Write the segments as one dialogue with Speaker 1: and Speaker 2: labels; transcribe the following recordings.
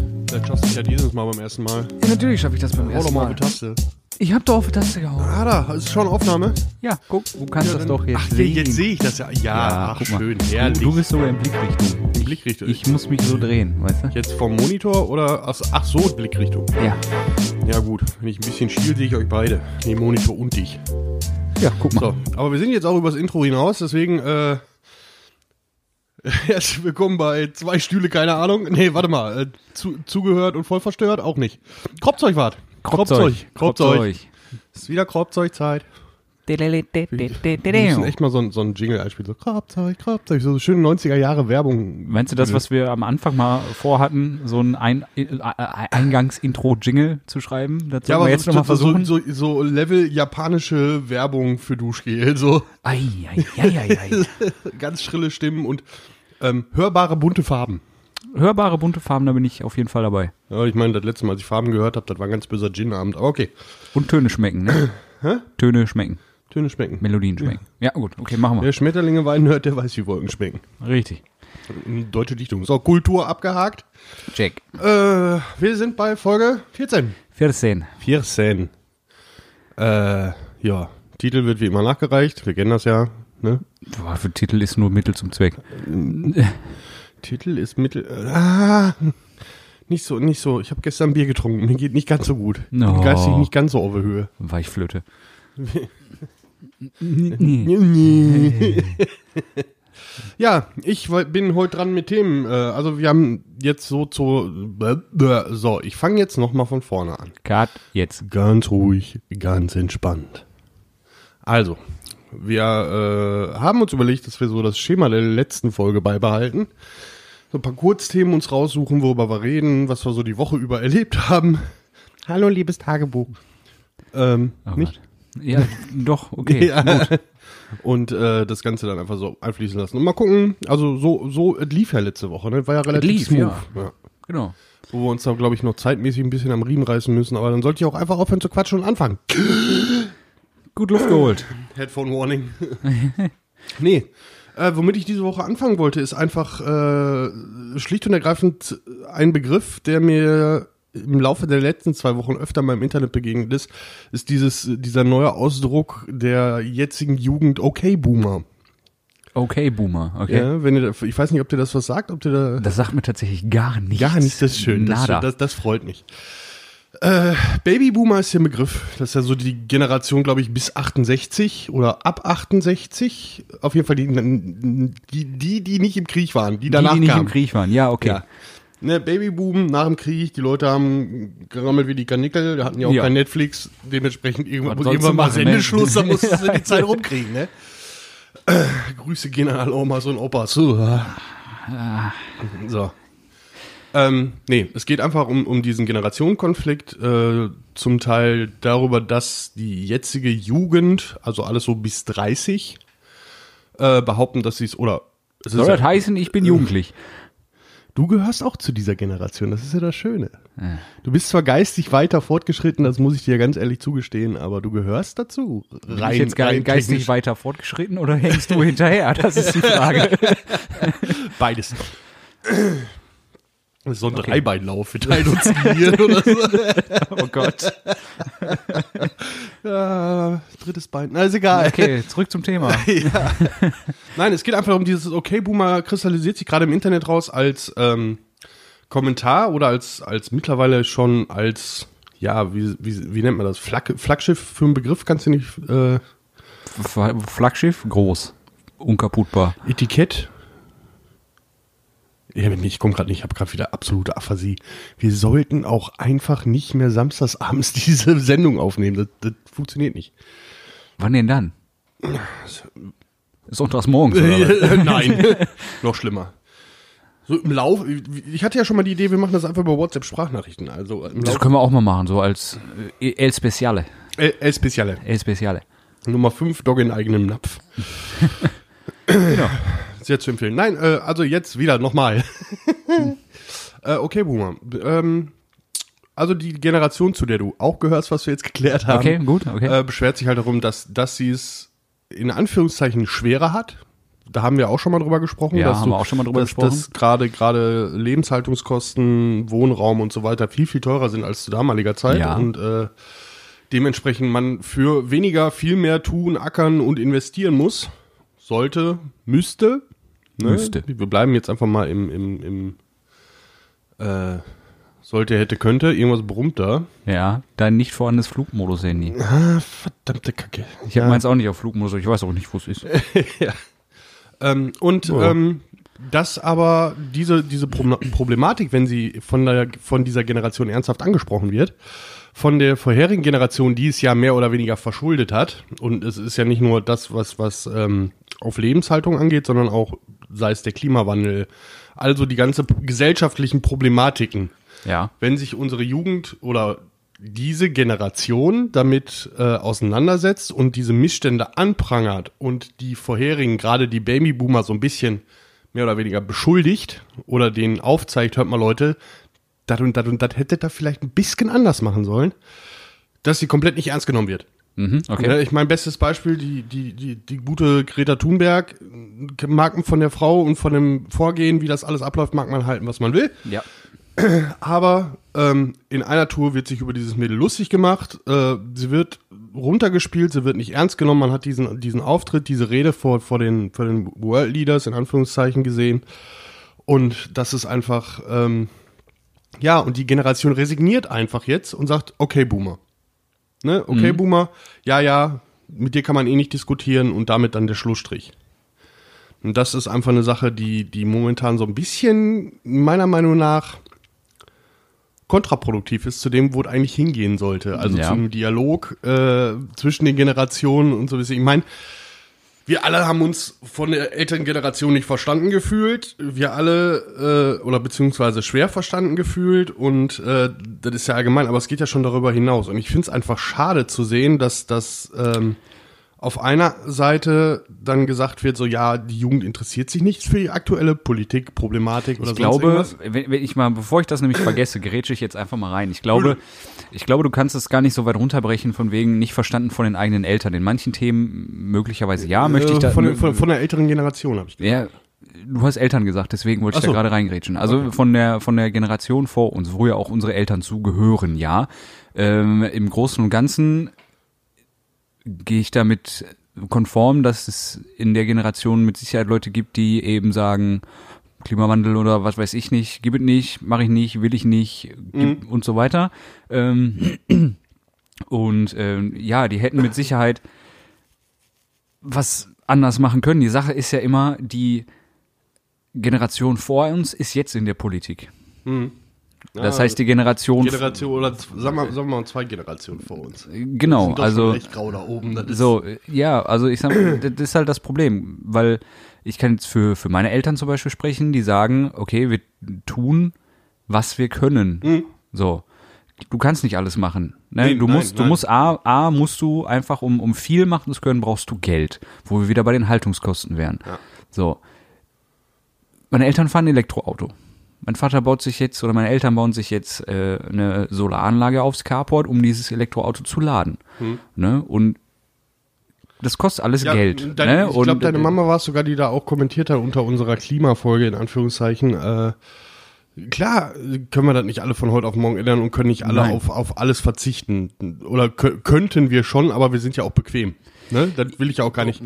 Speaker 1: Der schaffst dich ja dieses Mal beim ersten Mal.
Speaker 2: Ja, natürlich schaffe ich das beim
Speaker 1: Hau doch
Speaker 2: ersten
Speaker 1: mal auf
Speaker 2: Mal.
Speaker 1: die Taste.
Speaker 2: Ich hab doch auf die Taste gehauen.
Speaker 1: Ah, da, ist schon Aufnahme.
Speaker 2: Ja, guck, du kannst das doch jetzt
Speaker 1: Ach, Ah,
Speaker 2: sehen.
Speaker 1: jetzt sehe ich das ja. Ja,
Speaker 3: Ja,
Speaker 1: ach,
Speaker 3: guck mal.
Speaker 1: schön,
Speaker 3: Du,
Speaker 1: herrlich.
Speaker 3: du bist sogar in Blickrichtung.
Speaker 1: in Blickrichtung.
Speaker 3: Ich muss mich so drehen, weißt du?
Speaker 1: jetzt vom Monitor oder ach, ach so, Blickrichtung.
Speaker 3: Ja.
Speaker 1: Ja gut, wenn ich ein bisschen schiel, sehe ich euch beide. Den Monitor und dich.
Speaker 3: Ja, guck mal.
Speaker 1: So, aber wir sind jetzt auch übers Intro hinaus, deswegen äh, herzlich willkommen bei zwei Stühle, keine Ahnung. Nee, warte mal, äh, zu, zugehört und voll verstört auch nicht. Kropfzeug wart. Kropfzeug. Ist wieder Kropfzeugzeit. Wir müssen echt mal so, ein- so einen Jingle einspielen. So Kropfzeug, Kropfzeug, so schöne 90er Jahre Werbung.
Speaker 3: Meinst du das, was wir am Anfang mal vorhatten, so ein, ein äh, äh, Eingangs-Intro-Jingle zu schreiben? Das sollen wir jetzt
Speaker 1: so,
Speaker 3: nochmal versuchen.
Speaker 1: So, so, so Level japanische Werbung für Duschgel. So
Speaker 3: Ei, ei, ei, ei, ei.
Speaker 1: ganz schrille Stimmen und ähm, hörbare bunte Farben.
Speaker 3: Hörbare bunte Farben, da bin ich auf jeden Fall dabei.
Speaker 1: Ja, ich meine, das letzte Mal, als ich Farben gehört habe, das war ein ganz böser Gin-Abend. Aber okay,
Speaker 3: Und Töne schmecken, ne? Töne schmecken,
Speaker 1: Töne schmecken.
Speaker 3: Melodien schmecken. Ja, gut, okay, machen wir.
Speaker 1: Wer Schmetterlinge weinen hört, der weiß, wie Wolken schmecken.
Speaker 3: Richtig.
Speaker 1: Deutsche Dichtung. So, Kultur abgehakt.
Speaker 3: Check.
Speaker 1: Äh, wir sind bei Folge 14.
Speaker 3: 14.
Speaker 1: 14. Äh, ja, Titel wird wie immer nachgereicht. Wir kennen das ja. Ne?
Speaker 3: Boah, für Titel ist nur Mittel zum Zweck.
Speaker 1: Titel ist Mittel. äh, Ah, nicht so, nicht so. Ich habe gestern Bier getrunken. Mir geht nicht ganz so gut.
Speaker 3: No.
Speaker 1: Bin Geistig nicht ganz so auf der Höhe.
Speaker 3: Weichflöte.
Speaker 1: Ja, ich woll- bin heute dran mit Themen. Äh, Also wir haben jetzt so zu... So, ich fange jetzt nochmal von vorne an.
Speaker 3: Cut, jetzt.
Speaker 1: Ganz ruhig, ganz entspannt. Also, wir äh, haben uns überlegt, dass wir so das Schema der letzten Folge beibehalten. So ein paar Kurzthemen uns raussuchen, worüber wir reden, was wir so die Woche über erlebt haben. Hallo, liebes Tagebuch. Ähm,
Speaker 3: Oh
Speaker 1: nicht?
Speaker 3: Gott. Ja, doch, okay.
Speaker 1: Ja. Und äh, das Ganze dann einfach so einfließen lassen. Und mal gucken, also so, so, es lief ja letzte Woche, ne? War ja relativ
Speaker 3: lief,
Speaker 1: smooth.
Speaker 3: ja.
Speaker 1: Ja.
Speaker 3: Genau.
Speaker 1: Wo wir uns da, glaube ich, noch zeitmäßig ein bisschen am Riemen reißen müssen, aber dann sollte ich auch einfach aufhören zu quatschen und anfangen.
Speaker 3: Gut Luft geholt.
Speaker 1: Headphone Warning. nee. Äh, womit ich diese Woche anfangen wollte, ist einfach äh, schlicht und ergreifend ein Begriff, der mir im Laufe der letzten zwei Wochen öfter mal im Internet begegnet ist, ist dieses, dieser neue Ausdruck der jetzigen Jugend Okay-Boomer.
Speaker 3: Okay, Boomer. Okay.
Speaker 1: Ja, wenn ihr, da- ich weiß nicht, ob dir das was sagt, ob dir da
Speaker 3: Das sagt mir tatsächlich gar nichts.
Speaker 1: gar nichts, das ist schön, das, ist
Speaker 3: Nada.
Speaker 1: schön, das, das freut mich. Äh, Babyboomer ist hier ein Begriff. Das ist ja so die Generation, glaube ich, bis 68 oder ab 68. Auf jeden Fall die, die, die, die nicht im Krieg waren, die danach
Speaker 3: die, die nicht
Speaker 1: kamen.
Speaker 3: im Krieg waren. Ja, okay.
Speaker 1: Ja. Ne, Babyboom nach dem Krieg, die Leute haben gerammelt wie die Kanickel, die hatten ja auch
Speaker 3: Ja.
Speaker 1: kein Netflix, dementsprechend irgendwann,
Speaker 3: Was sollst
Speaker 1: irgendwann
Speaker 3: du
Speaker 1: mal
Speaker 3: machen, ne?
Speaker 1: Sendeschluss, da mussten sie die Zeit rumkriegen, ne? Äh, Grüße gehen an alle Omas und Opas. So. so. Ähm, nee, es geht einfach um, um diesen Generationenkonflikt, äh, zum Teil darüber, dass die jetzige Jugend, also alles so bis 30, äh, behaupten, dass sie es, oder es
Speaker 3: Soll
Speaker 1: ja-
Speaker 3: das heißen, ich bin jugendlich?
Speaker 1: Du gehörst auch zu dieser Generation, das ist ja das Schöne.
Speaker 3: Äh.
Speaker 1: Du bist zwar geistig weiter fortgeschritten, das muss ich dir ganz ehrlich zugestehen, aber du gehörst dazu.
Speaker 3: Bin ich jetzt ge geistig
Speaker 1: technisch.
Speaker 3: weiter fortgeschritten oder hängst du hinterher? Das ist die Frage.
Speaker 1: Beides. Das ist so ein Dreibeinlauf, wir teilen uns ein Gehirn oder so.
Speaker 3: Oh Gott.
Speaker 1: Ja, drittes Bein, na ist egal.
Speaker 3: Okay, zurück zum Thema.
Speaker 1: Nein, es geht einfach um dieses Okay-Boomer kristallisiert sich gerade im Internet raus als ähm, Kommentar oder als, als mittlerweile schon als, ja, wie, wie, wie nennt man das? Flagg, Flaggschiff für einen Begriff kannst du nicht... Äh,
Speaker 3: F- Flaggschiff, groß. Unkaputtbar.
Speaker 1: Etikett. Ja, ich komme gerade nicht, ich habe gerade wieder absolute Aphasie. Wir sollten auch einfach nicht mehr samstagsabends diese Sendung aufnehmen. Das, das funktioniert nicht.
Speaker 3: Wann denn dann? Sonntags morgens, oder was?
Speaker 1: Nein, noch schlimmer. So im Lauf, ich hatte ja schon mal die Idee, wir machen das einfach über WhatsApp Sprachnachrichten. Also im
Speaker 3: Das
Speaker 1: Lauf.
Speaker 3: können wir auch mal machen, so als äh, El Speciale.
Speaker 1: El, El Speciale.
Speaker 3: El Speciale.
Speaker 1: Nummer 5, Dog in eigenem Napf.
Speaker 3: Genau.
Speaker 1: Sehr zu empfehlen. Nein, äh, also jetzt wieder nochmal. äh, okay, Boomer. B- Ähm, also die Generation, zu der du auch gehörst, was wir jetzt geklärt haben,
Speaker 3: Okay, gut, okay.
Speaker 1: äh, beschwert sich halt darum, dass, dass sie es in Anführungszeichen schwerer hat, da haben wir auch schon mal drüber gesprochen.
Speaker 3: Ja,
Speaker 1: dass
Speaker 3: haben
Speaker 1: du,
Speaker 3: wir auch schon mal drüber
Speaker 1: dass,
Speaker 3: gesprochen.
Speaker 1: Dass gerade gerade Lebenshaltungskosten, Wohnraum und so weiter viel, viel teurer sind als zu damaliger Zeit.
Speaker 3: Ja.
Speaker 1: Und äh, dementsprechend man für weniger viel mehr tun, ackern und investieren muss, sollte, müsste. Ne?
Speaker 3: Müsste.
Speaker 1: Wir bleiben jetzt einfach mal im, im, im äh, sollte, hätte, könnte, irgendwas brummt da.
Speaker 3: Ja, dein nicht vorhandenes Flugmodus-Handy.
Speaker 1: Verdammte Kacke.
Speaker 3: Ich habe meins auch nicht auf Flugmodus, ich weiß auch nicht, wo es ist.
Speaker 1: Ähm, und
Speaker 3: Ja.
Speaker 1: ähm, dass aber diese, diese Pro Problematik, wenn sie von, der, von dieser Generation ernsthaft angesprochen wird, von der vorherigen Generation, die es ja mehr oder weniger verschuldet hat, und es ist ja nicht nur das, was, was ähm, auf Lebenshaltung angeht, sondern auch, sei es der Klimawandel, also die ganze gesellschaftlichen Problematiken,
Speaker 3: Ja.
Speaker 1: wenn sich unsere Jugend oder diese Generation damit äh, auseinandersetzt und diese Missstände anprangert und die vorherigen, gerade die Babyboomer, so ein bisschen mehr oder weniger beschuldigt oder denen aufzeigt, hört mal Leute, das und das und das hätte da vielleicht ein bisschen anders machen sollen, dass sie komplett nicht ernst genommen wird.
Speaker 3: Mhm,
Speaker 1: Ja,
Speaker 3: okay.
Speaker 1: ich mein bestes Beispiel, die, die, die, die gute Greta Thunberg äh, mag von der Frau und von dem Vorgehen, wie das alles abläuft, mag man halten, was man will.
Speaker 3: Ja.
Speaker 1: Aber ähm, in einer Tour wird sich über dieses Mädel lustig gemacht. Äh, sie wird runtergespielt, sie wird nicht ernst genommen. Man hat diesen, diesen Auftritt, diese Rede vor, vor, den, vor den World Leaders in Anführungszeichen gesehen. Und das ist einfach, ähm, ja, und die Generation resigniert einfach jetzt und sagt, okay, Boomer. Ne? Okay, Boomer, ja, ja, mit dir kann man eh nicht diskutieren und damit dann der Schlussstrich. Und das ist einfach eine Sache, die, die momentan so ein bisschen meiner Meinung nach kontraproduktiv ist zu dem, wo es eigentlich hingehen sollte. Also
Speaker 3: Ja.
Speaker 1: zum Dialog äh, zwischen den Generationen und so. Ich meine, wir alle haben uns von der älteren Generation nicht verstanden gefühlt. Wir alle äh, oder beziehungsweise schwer verstanden gefühlt und äh, das ist ja allgemein, aber es geht ja schon darüber hinaus. Und ich finde es einfach schade zu sehen, dass das ähm, auf einer Seite dann gesagt wird, so ja, die Jugend interessiert sich nicht für die aktuelle Politik, Problematik oder sonst
Speaker 3: Ich glaube,
Speaker 1: irgendwas.
Speaker 3: wenn, wenn ich mal, bevor ich das nämlich vergesse, grätsche ich jetzt einfach mal rein. Ich glaube, ich glaube, du kannst es gar nicht so weit runterbrechen von wegen nicht verstanden von den eigenen Eltern. In manchen Themen möglicherweise ja, möchte ich da.
Speaker 1: Äh, von, von, von der älteren Generation habe ich gesagt.
Speaker 3: Ja, du hast Eltern gesagt, deswegen wollte ich
Speaker 1: Ach so.
Speaker 3: da gerade reingrätschen. Also von der von der Generation vor uns, wo ja auch unsere Eltern zugehören, ja. Ähm, Im Großen und Ganzen gehe ich damit konform, dass es in der Generation mit Sicherheit Leute gibt, die eben sagen, Klimawandel oder was weiß ich nicht, gib es nicht, mache ich nicht, will ich nicht
Speaker 1: Mhm.
Speaker 3: gib, und so weiter. Ähm, und ähm, ja, die hätten mit Sicherheit was anders machen können. Die Sache ist ja immer, die Generation vor uns ist jetzt in der Politik.
Speaker 1: Ah,
Speaker 3: Das heißt, die Generation.
Speaker 1: Generation oder z- sagen wir, sagen wir mal zwei Generationen vor uns.
Speaker 3: genau,
Speaker 1: Sind doch schon
Speaker 3: also.
Speaker 1: recht grau da oben. Das ist-
Speaker 3: So, äh, ja, also ich sag, mal, das ist halt das Problem, weil ich kann jetzt für, für meine Eltern zum Beispiel sprechen, die sagen, okay, wir tun, was wir können. So. Du kannst nicht alles machen. Ne?
Speaker 1: Hm. Nee,
Speaker 3: du
Speaker 1: nein,
Speaker 3: musst, du
Speaker 1: nein.
Speaker 3: musst A, A musst du einfach, um, um viel machen zu können, brauchst du Geld, wo wir wieder bei den Haltungskosten wären. So. Meine Eltern fahren ein Elektroauto. Mein Vater baut sich jetzt oder meine Eltern bauen sich jetzt äh, eine Solaranlage aufs Carport, um dieses Elektroauto zu laden. Ne? Und das kostet alles
Speaker 1: Hm. Ja,
Speaker 3: Geld.
Speaker 1: dein-
Speaker 3: ne?
Speaker 1: Ich glaube,
Speaker 3: Und,
Speaker 1: deine
Speaker 3: äh,
Speaker 1: Mama war es sogar, die da auch kommentiert hat unter unserer Klimafolge, in Anführungszeichen. Äh, klar äh, können wir das nicht alle von heute auf morgen ändern und können nicht alle
Speaker 3: Nein.
Speaker 1: auf, auf alles verzichten. Oder kö könnten wir schon, aber wir sind ja auch bequem. Ne? Das will ich ja auch gar nicht.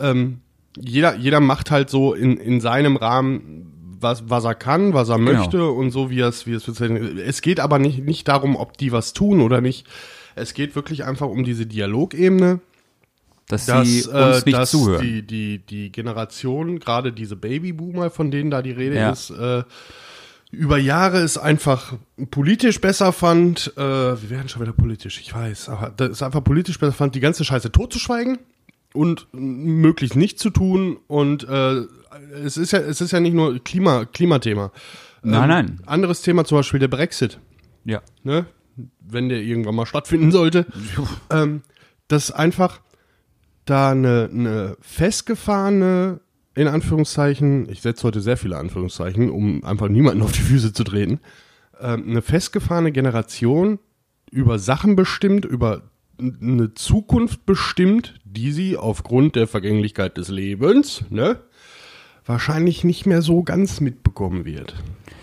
Speaker 1: Ähm, jeder, jeder macht halt so in, in seinem Rahmen, was, was er kann, was er
Speaker 3: Genau.
Speaker 1: möchte und so, wie er es wie er es bezeichnet. Es geht aber nicht, nicht darum, ob die was tun oder nicht. Es geht wirklich einfach um diese Dialogebene
Speaker 3: Dass
Speaker 1: dass,
Speaker 3: sie
Speaker 1: äh,
Speaker 3: uns nicht
Speaker 1: dass
Speaker 3: zuhören.
Speaker 1: Die, die, die Generation, gerade diese Babyboomer, von denen da die Rede
Speaker 3: Ja.
Speaker 1: ist, äh, über Jahre es einfach politisch besser fand, äh, wir werden schon wieder politisch, ich weiß, aber das ist einfach politisch besser fand, die ganze Scheiße totzuschweigen und m, möglichst nichts zu tun und äh, es ist ja es ist ja nicht nur Klima Klimathema. Ähm,
Speaker 3: Nein, nein.
Speaker 1: Anderes Thema zum Beispiel der Brexit
Speaker 3: ja.
Speaker 1: ne, wenn der irgendwann mal stattfinden sollte, ähm, dass einfach da eine, eine festgefahrene, in Anführungszeichen, ich setze heute sehr viele Anführungszeichen, um einfach niemanden auf die Füße zu treten, ähm, eine festgefahrene Generation über Sachen bestimmt, über n- eine Zukunft bestimmt, die sie aufgrund der Vergänglichkeit des Lebens, ne, wahrscheinlich nicht mehr so ganz mitbekommen wird.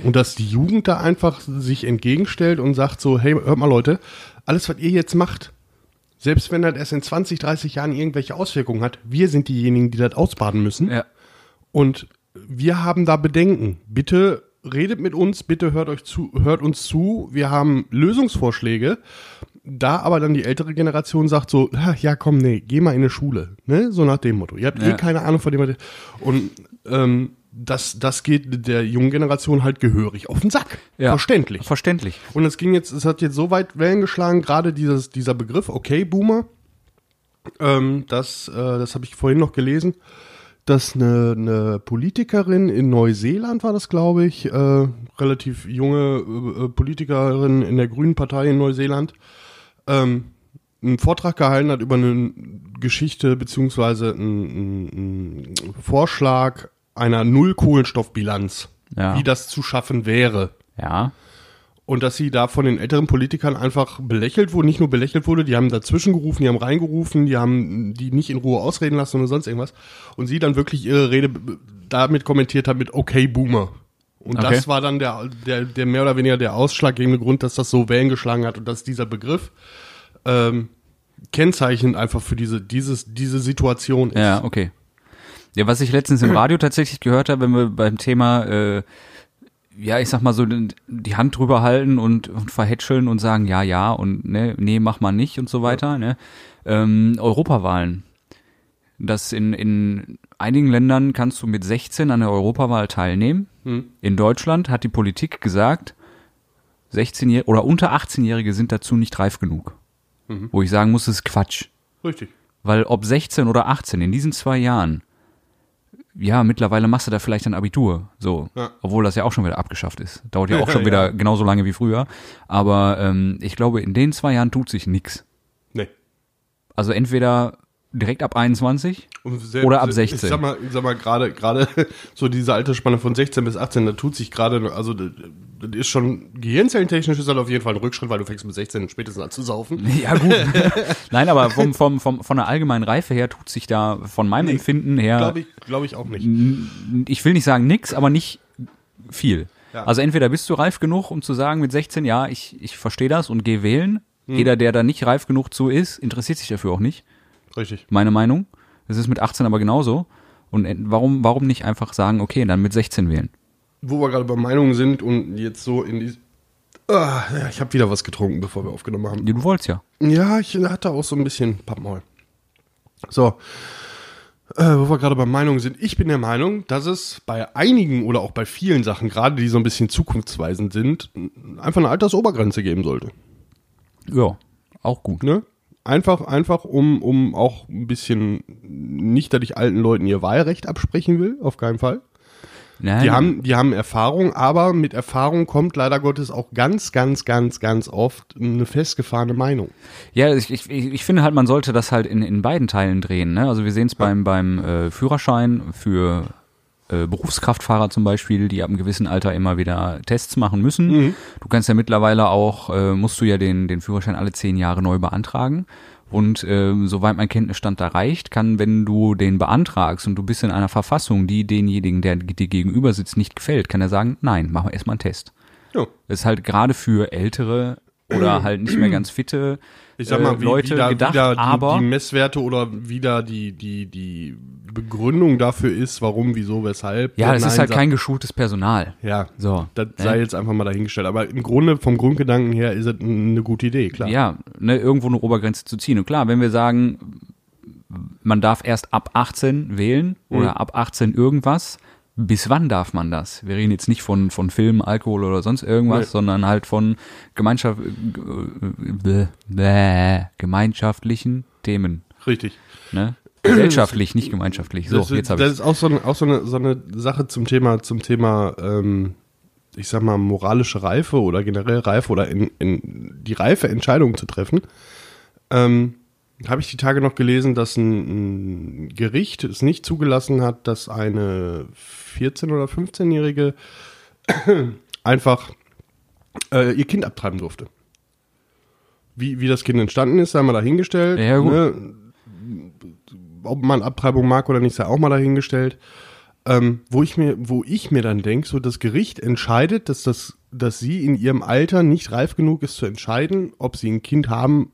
Speaker 1: Und dass die Jugend da einfach sich entgegenstellt und sagt so, hey, hört mal Leute, alles, was ihr jetzt macht, selbst wenn das erst in 20, 30 Jahren irgendwelche Auswirkungen hat, wir sind diejenigen, die das ausbaden müssen.
Speaker 3: Ja.
Speaker 1: Und wir haben da Bedenken. Bitte redet mit uns, bitte hört euch zu, hört uns zu. Wir haben Lösungsvorschläge. Da aber dann die ältere Generation sagt so, "Ha, ja komm, nee, geh mal in eine Schule. Ne? So nach dem Motto. Ihr habt eh
Speaker 3: Ja.
Speaker 1: keine Ahnung von dem. was ihr- Und ähm, das, das geht der jungen Generation halt gehörig auf den Sack.
Speaker 3: Ja.
Speaker 1: Verständlich.
Speaker 3: Verständlich.
Speaker 1: Und es ging jetzt, es hat jetzt so weit Wellen geschlagen, gerade dieses, dieser Begriff, okay, Boomer, ähm, das, äh, das habe ich vorhin noch gelesen, dass eine, eine Politikerin in Neuseeland war das, glaube ich, äh, relativ junge äh, äh, Politikerin in der Grünen Partei in Neuseeland, ähm, einen Vortrag gehalten hat über eine Geschichte beziehungsweise einen, einen einen Vorschlag einer Null-Kohlenstoffbilanz,
Speaker 3: Ja.
Speaker 1: wie das zu schaffen wäre.
Speaker 3: Ja.
Speaker 1: Und dass sie da von den älteren Politikern einfach belächelt wurde, nicht nur belächelt wurde, die haben dazwischen gerufen, die haben reingerufen, die haben die nicht in Ruhe ausreden lassen oder sonst irgendwas. Und sie dann wirklich ihre Rede b- b- damit kommentiert hat mit Okay, Boomer. Und
Speaker 3: Okay.
Speaker 1: das war dann der, der, der mehr oder weniger der ausschlaggebende Grund, dass das so Wellen geschlagen hat und dass dieser Begriff ähm, kennzeichnend einfach für diese, dieses, diese Situation ist.
Speaker 3: Ja, okay. Ja, was ich letztens im Radio tatsächlich gehört habe, wenn wir beim Thema, äh, ja, ich sag mal so, den- die Hand drüber halten und, und verhätscheln und sagen, ja, ja und ne, nee, mach mal nicht und so weiter, ne? Ähm, Europawahlen. Dass in, in einigen Ländern kannst du mit 16 an der Europawahl teilnehmen. In Deutschland hat die Politik gesagt, 16 oder unter 18-Jährige sind dazu nicht reif genug. Wo ich sagen muss, das ist Quatsch.
Speaker 1: Richtig.
Speaker 3: Weil ob 16 oder 18 in diesen zwei Jahren, ja, mittlerweile machst du da vielleicht ein Abitur. So.
Speaker 1: Ja.
Speaker 3: Obwohl das ja auch schon wieder abgeschafft ist. Dauert ja auch schon wieder genauso lange wie früher. Aber ähm, ich glaube, in den zwei Jahren tut sich nichts.
Speaker 1: Nee.
Speaker 3: Also entweder direkt ab 21.
Speaker 1: Und selbst-
Speaker 3: Oder ab
Speaker 1: Ich
Speaker 3: 16.
Speaker 1: sag mal, ich sag mal gerade, gerade so diese Altersspanne von 16 bis 18, da tut sich gerade, also das das ist schon gehirnzellentechnisch ist halt auf jeden Fall ein Rückschritt, weil du fängst mit 16 spätestens an zu saufen.
Speaker 3: Ja, gut. Nein, aber vom, vom, vom, von der allgemeinen Reife her tut sich da, von meinem Empfinden her,
Speaker 1: Glaube ich, glaube ich auch nicht.
Speaker 3: Mhm. ich will nicht sagen nix, aber nicht viel.
Speaker 1: Ja.
Speaker 3: Also entweder bist du reif genug, um zu sagen mit 16, ja, ich, ich verstehe das und geh wählen.
Speaker 1: Hm.
Speaker 3: Jeder, der da nicht reif genug zu ist, interessiert sich dafür auch nicht.
Speaker 1: Richtig.
Speaker 3: Meine Meinung. Das ist mit 18 aber genauso. Und äh, warum, warum nicht einfach sagen, okay, dann mit 16 wählen?
Speaker 1: Wo wir gerade bei Meinungen sind und jetzt so in die. Ah, ja, ich habe wieder was getrunken, bevor wir aufgenommen haben.
Speaker 3: Ja, Du wolltest ja.
Speaker 1: Ja, ich hatte auch so ein bisschen Pappmaul. So, äh, wo wir gerade bei Meinungen sind. Ich bin der Meinung, dass es bei einigen oder auch bei vielen Sachen, gerade die so ein bisschen zukunftsweisend sind, einfach eine Altersobergrenze geben sollte.
Speaker 3: Ja, auch gut.
Speaker 1: Ne? Einfach, einfach, um, um auch ein bisschen, nicht, dass ich alten Leuten ihr Wahlrecht absprechen will, auf keinen Fall.
Speaker 3: Nein,
Speaker 1: Die haben, die haben Erfahrung, aber mit Erfahrung kommt leider Gottes auch ganz, ganz, ganz, ganz oft eine festgefahrene Meinung.
Speaker 3: Ja, ich, ich, ich finde halt, man sollte das halt in, in beiden Teilen drehen. Ne? Also wir sehen es beim, beim äh, Führerschein für äh, Berufskraftfahrer zum Beispiel, die ab einem gewissen Alter immer wieder Tests machen müssen. Du kannst ja mittlerweile auch, äh, musst du ja den, den Führerschein alle zehn Jahre neu beantragen. Und ähm, soweit mein Kenntnisstand da reicht, kann, wenn du den beantragst und du bist in einer Verfassung, die denjenigen, der dir gegenüber sitzt, nicht gefällt, kann er sagen, nein, machen wir erstmal einen Test.
Speaker 1: Ja.
Speaker 3: Das ist halt gerade für ältere oder halt nicht mehr ganz fitte
Speaker 1: ich sag
Speaker 3: äh,
Speaker 1: mal, wie,
Speaker 3: Leute
Speaker 1: wie da,
Speaker 3: gedacht,
Speaker 1: wie da die,
Speaker 3: aber
Speaker 1: die Messwerte oder wie da die, die, die Begründung dafür ist, warum, wieso, weshalb.
Speaker 3: ja, es
Speaker 1: Nein
Speaker 3: ist halt
Speaker 1: sagt.
Speaker 3: kein geschultes Personal.
Speaker 1: Ja,
Speaker 3: So,
Speaker 1: das
Speaker 3: ne?
Speaker 1: sei jetzt einfach mal dahingestellt. Aber im Grunde, vom Grundgedanken her, ist es eine gute Idee, klar.
Speaker 3: Ja, ne, irgendwo eine Obergrenze zu ziehen. Und klar, wenn wir sagen, man darf erst ab 18 wählen
Speaker 1: Mhm.
Speaker 3: oder ab 18 irgendwas, bis wann darf man das? Wir reden jetzt nicht von, von Film, Alkohol oder sonst irgendwas,
Speaker 1: Nee.
Speaker 3: sondern halt von Gemeinschaft, äh, bläh, bläh, gemeinschaftlichen Themen.
Speaker 1: Richtig.
Speaker 3: Ne? Gesellschaftlich, nicht gemeinschaftlich. So,
Speaker 1: das,
Speaker 3: jetzt habe
Speaker 1: das
Speaker 3: ich
Speaker 1: ist auch so eine, auch so eine, so eine Sache zum Thema, zum Thema, ähm, ich sag mal, moralische Reife oder generell Reife oder in, in die reife Entscheidung zu treffen. Ähm, habe ich die Tage noch gelesen, dass ein, ein Gericht es nicht zugelassen hat, dass eine 14- oder 15-Jährige einfach äh, ihr Kind abtreiben durfte. Wie, wie das Kind entstanden ist, sei mal dahingestellt.
Speaker 3: Ja, gut.
Speaker 1: Ne? Ob man Abtreibung mag oder nicht, sei auch mal dahingestellt. ähm, wo ich mir, wo ich mir dann denke, so das Gericht entscheidet, dass das, dass sie in ihrem Alter nicht reif genug ist zu entscheiden, ob sie ein Kind haben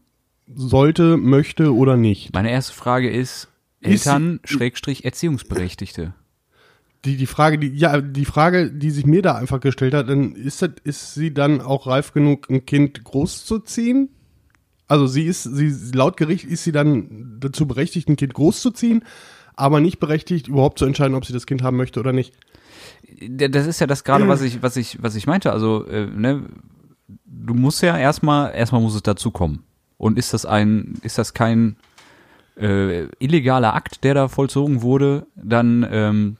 Speaker 1: sollte, möchte oder nicht.
Speaker 3: Meine erste Frage ist,
Speaker 1: Ist-
Speaker 3: Eltern, Schrägstrich, Erziehungsberechtigte.
Speaker 1: Die, die Frage, die, ja, die Frage, die sich mir da einfach gestellt hat, dann ist das, ist sie dann auch reif genug, ein Kind großzuziehen? Also sie ist, sie, laut Gericht ist sie dann dazu berechtigt, ein Kind großzuziehen, aber nicht berechtigt, überhaupt zu entscheiden, ob sie das Kind haben möchte oder nicht.
Speaker 3: D- das ist ja das gerade, was ich, was ich, was ich meinte. Also, äh, ne, du musst ja erstmal, erstmal muss es dazu kommen. Und ist das ein, ist das kein äh, illegaler Akt, der da vollzogen wurde, dann ähm,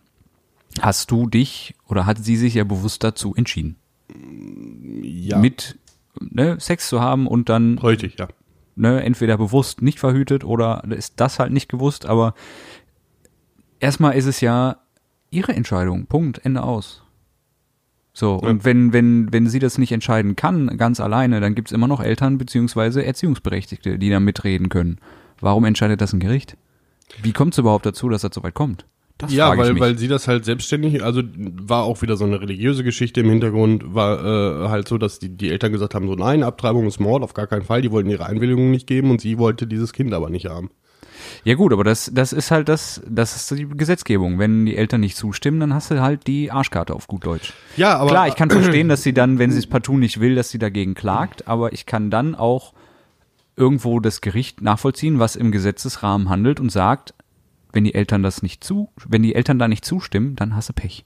Speaker 3: hast du dich oder hat sie sich ja bewusst dazu entschieden,
Speaker 1: Ja.
Speaker 3: mit ne, Sex zu haben und dann
Speaker 1: Richtig, ja.
Speaker 3: ne, entweder bewusst nicht verhütet oder ist das halt nicht gewusst, aber erstmal ist es ja ihre Entscheidung. Punkt, Ende aus. So, und wenn, wenn, wenn sie das nicht entscheiden kann, ganz alleine, dann gibt's immer noch Eltern beziehungsweise Erziehungsberechtigte, die da mitreden können. Warum entscheidet das ein Gericht? Wie kommt's überhaupt dazu, dass das so weit kommt? Das
Speaker 1: Ja,
Speaker 3: frage ich
Speaker 1: weil,
Speaker 3: mich.
Speaker 1: weil sie das halt selbstständig, also war auch wieder so eine religiöse Geschichte im Hintergrund, war äh, halt so, dass die, die Eltern gesagt haben, so nein, Abtreibung ist Mord, auf gar keinen Fall, die wollten ihre Einwilligung nicht geben und sie wollte dieses Kind aber nicht haben.
Speaker 3: Ja gut, aber das, das ist halt das, das ist die Gesetzgebung. Wenn die Eltern nicht zustimmen, dann hast du halt die Arschkarte auf gut Deutsch.
Speaker 1: Ja, aber
Speaker 3: Klar, ich kann verstehen, dass sie dann, wenn sie es partout nicht will, dass sie dagegen klagt, aber ich kann dann auch irgendwo das Gericht nachvollziehen, was im Gesetzesrahmen handelt und sagt, wenn die Eltern das nicht zu, wenn die Eltern da nicht zustimmen, dann hast du Pech.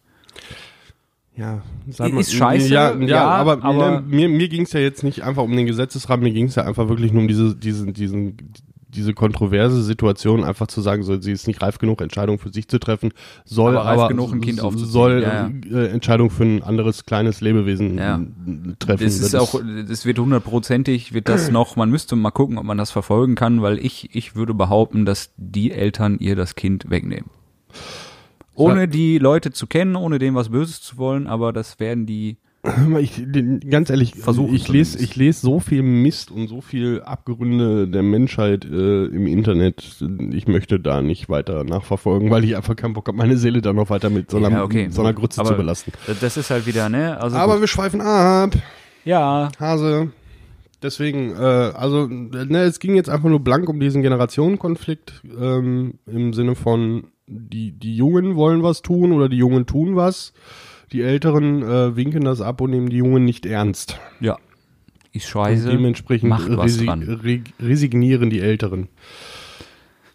Speaker 1: ja,
Speaker 3: Ist scheiße,
Speaker 1: Ja, ja,
Speaker 3: ja,
Speaker 1: aber,
Speaker 3: aber-
Speaker 1: ne, mir, mir ging es ja jetzt nicht einfach um den Gesetzesrahmen, mir ging es ja einfach wirklich nur um diese, diesen, diesen, diese kontroverse Situation, einfach zu sagen, so, sie ist nicht reif genug, Entscheidung für sich zu treffen, soll
Speaker 3: Aber
Speaker 1: aber,
Speaker 3: reif genug, ein Kind
Speaker 1: s-
Speaker 3: aufzuziehen,
Speaker 1: soll
Speaker 3: ja,
Speaker 1: Äh, Entscheidung für ein anderes kleines Lebewesen
Speaker 3: Ja.
Speaker 1: m, treffen.
Speaker 3: Das ist auch, das wird hundertprozentig, wird das noch, man müsste mal gucken, ob man das verfolgen kann, weil ich, ich würde behaupten, dass die Eltern ihr das Kind wegnehmen. Ohne die Leute zu kennen, ohne dem was Böses zu wollen, aber das werden die,
Speaker 1: Hör mal, Ich, den- ganz ehrlich,
Speaker 3: Versuchen
Speaker 1: ich lese
Speaker 3: zumindest.
Speaker 1: ich lese so viel Mist und so viel Abgründe der Menschheit äh, im Internet. Ich möchte da nicht weiter nachverfolgen, weil ich einfach keinen Bock habe, meine Seele da noch weiter mit so einer,
Speaker 3: Ja, okay.
Speaker 1: so einer Grütze
Speaker 3: Aber
Speaker 1: zu belasten.
Speaker 3: das ist halt wieder, ne, also,
Speaker 1: Aber wir schweifen ab,
Speaker 3: ja,
Speaker 1: Hase. Deswegen, äh, also ne, es ging jetzt einfach nur blank um diesen Generationenkonflikt ähm, im Sinne von die, die Jungen wollen was tun oder die Jungen tun was. Die Älteren äh, winken das ab und nehmen die Jungen nicht ernst.
Speaker 3: Ja. Ist
Speaker 1: Und
Speaker 3: scheiße.
Speaker 1: dementsprechend
Speaker 3: macht was
Speaker 1: resi-
Speaker 3: dran.
Speaker 1: reg- resignieren die Älteren.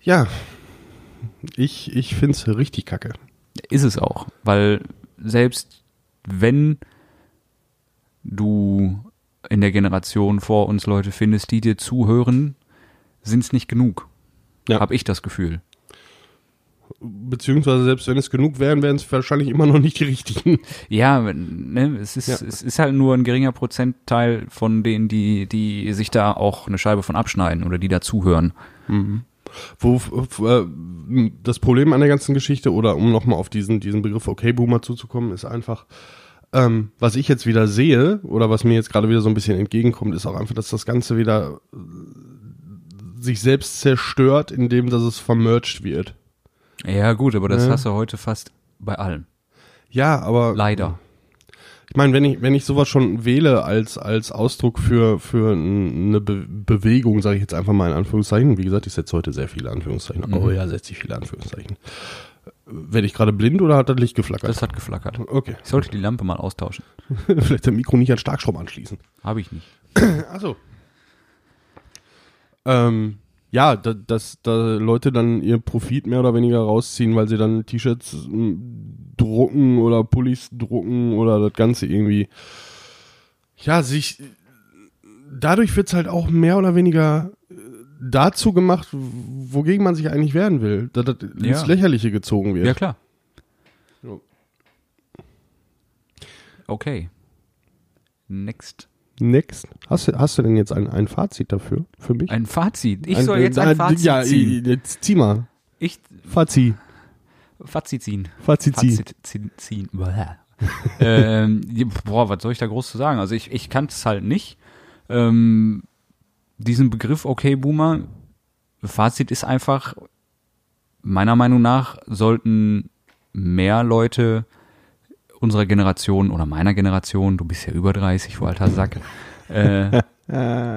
Speaker 1: Ja, ich, ich finde es richtig kacke.
Speaker 3: Ist es auch. Weil selbst wenn du in der Generation vor uns Leute findest, die dir zuhören, sind es nicht genug.
Speaker 1: Ja.
Speaker 3: Habe ich das Gefühl.
Speaker 1: Beziehungsweise selbst wenn es genug wären, wären es wahrscheinlich immer noch nicht die richtigen.
Speaker 3: Ja, wenn- ne, es, ist,
Speaker 1: Ja.
Speaker 3: es ist halt nur ein geringer Prozentteil von denen, die, die sich da auch eine Scheibe von abschneiden oder die da zuhören.
Speaker 1: Wo, f- äh, das Problem an der ganzen Geschichte, oder um nochmal auf diesen, diesen Begriff Okay-Boomer zuzukommen, ist einfach, ähm, was ich jetzt wieder sehe, oder was mir jetzt gerade wieder so ein bisschen entgegenkommt, ist auch einfach, dass das Ganze wieder äh, sich selbst zerstört, indem dass es vermerged wird.
Speaker 3: Ja, gut, aber das
Speaker 1: Ja.
Speaker 3: hast du heute fast bei allem.
Speaker 1: Ja, aber
Speaker 3: Leider.
Speaker 1: Ich meine, wenn ich, wenn ich sowas schon wähle als, als Ausdruck für, für eine Be Bewegung, sage ich jetzt einfach mal in Anführungszeichen. Wie gesagt, ich setze heute sehr viele Anführungszeichen. Oh ja, setze ich viele Anführungszeichen. Werde ich gerade blind oder hat das Licht geflackert?
Speaker 3: Das hat geflackert.
Speaker 1: okay.
Speaker 3: Ich sollte die Lampe mal austauschen.
Speaker 1: Vielleicht der Mikro nicht an Starkstrom anschließen.
Speaker 3: Habe ich nicht.
Speaker 1: Achso. Ähm, ja, da, dass da Leute dann ihr Profit mehr oder weniger rausziehen, weil sie dann T-Shirts m, drucken oder Pullis drucken oder das Ganze irgendwie. Ja, sich. Dadurch wird es halt auch mehr oder weniger äh, dazu gemacht, w- wogegen man sich eigentlich wehren will. Dass das
Speaker 3: Ja.
Speaker 1: ins Lächerliche gezogen wird.
Speaker 3: Ja, klar.
Speaker 1: Jo.
Speaker 3: Okay. Next.
Speaker 1: Next. Hast du, hast du denn jetzt ein, ein Fazit dafür? Für mich?
Speaker 3: Ein Fazit. Ich soll jetzt ein
Speaker 1: äh,
Speaker 3: Fazit
Speaker 1: ja,
Speaker 3: ziehen.
Speaker 1: Jetzt zieh mal.
Speaker 3: Ich
Speaker 1: Fazit.
Speaker 3: Fazit ziehen.
Speaker 1: Fazit ziehen.
Speaker 3: Fazit ziehen. ziehen. Bäh. ähm, die- boah, was soll ich da groß zu sagen? Also ich, ich kann es halt nicht. Ähm, diesen Begriff okay Boomer, Fazit ist einfach, meiner Meinung nach sollten mehr Leute unserer Generation oder meiner Generation, du bist ja über 30, du alter Sack, äh,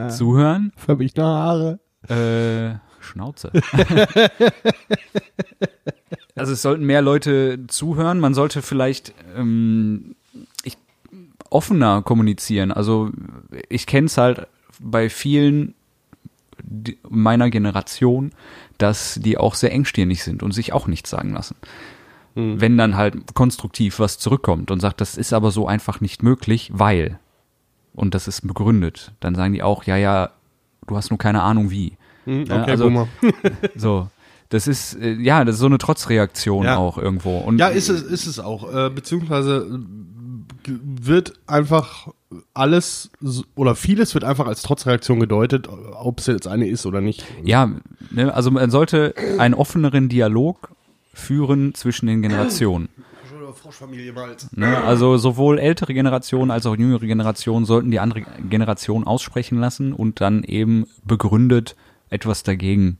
Speaker 3: zuhören.
Speaker 1: Habe ich noch Haare?
Speaker 3: Äh, Schnauze. also es sollten mehr Leute zuhören. Man sollte vielleicht ähm, ich, offener kommunizieren. Also ich kenne es halt bei vielen die- meiner Generation, dass die auch sehr engstirnig sind und sich auch nichts sagen lassen.
Speaker 1: Hm.
Speaker 3: Wenn dann halt konstruktiv was zurückkommt und sagt, das ist aber so einfach nicht möglich, weil und das ist begründet, dann sagen die auch, ja, ja, du hast nur keine Ahnung wie.
Speaker 1: Hm, okay,
Speaker 3: Ja, also-
Speaker 1: Boomer.
Speaker 3: So. Das ist, äh, ja, das ist so eine Trotzreaktion
Speaker 1: Ja.
Speaker 3: auch irgendwo. Und
Speaker 1: Ja, ist es, ist es auch. Äh, beziehungsweise äh, wird einfach alles so- oder vieles wird einfach als Trotzreaktion gedeutet, ob es jetzt eine ist oder nicht.
Speaker 3: Ja, ne, also man sollte einen offeneren Dialog führen zwischen den Generationen.
Speaker 1: Froschfamilie Malz.
Speaker 3: Ne? Also sowohl ältere Generationen als auch jüngere Generationen sollten die andere Generation aussprechen lassen und dann eben begründet etwas dagegen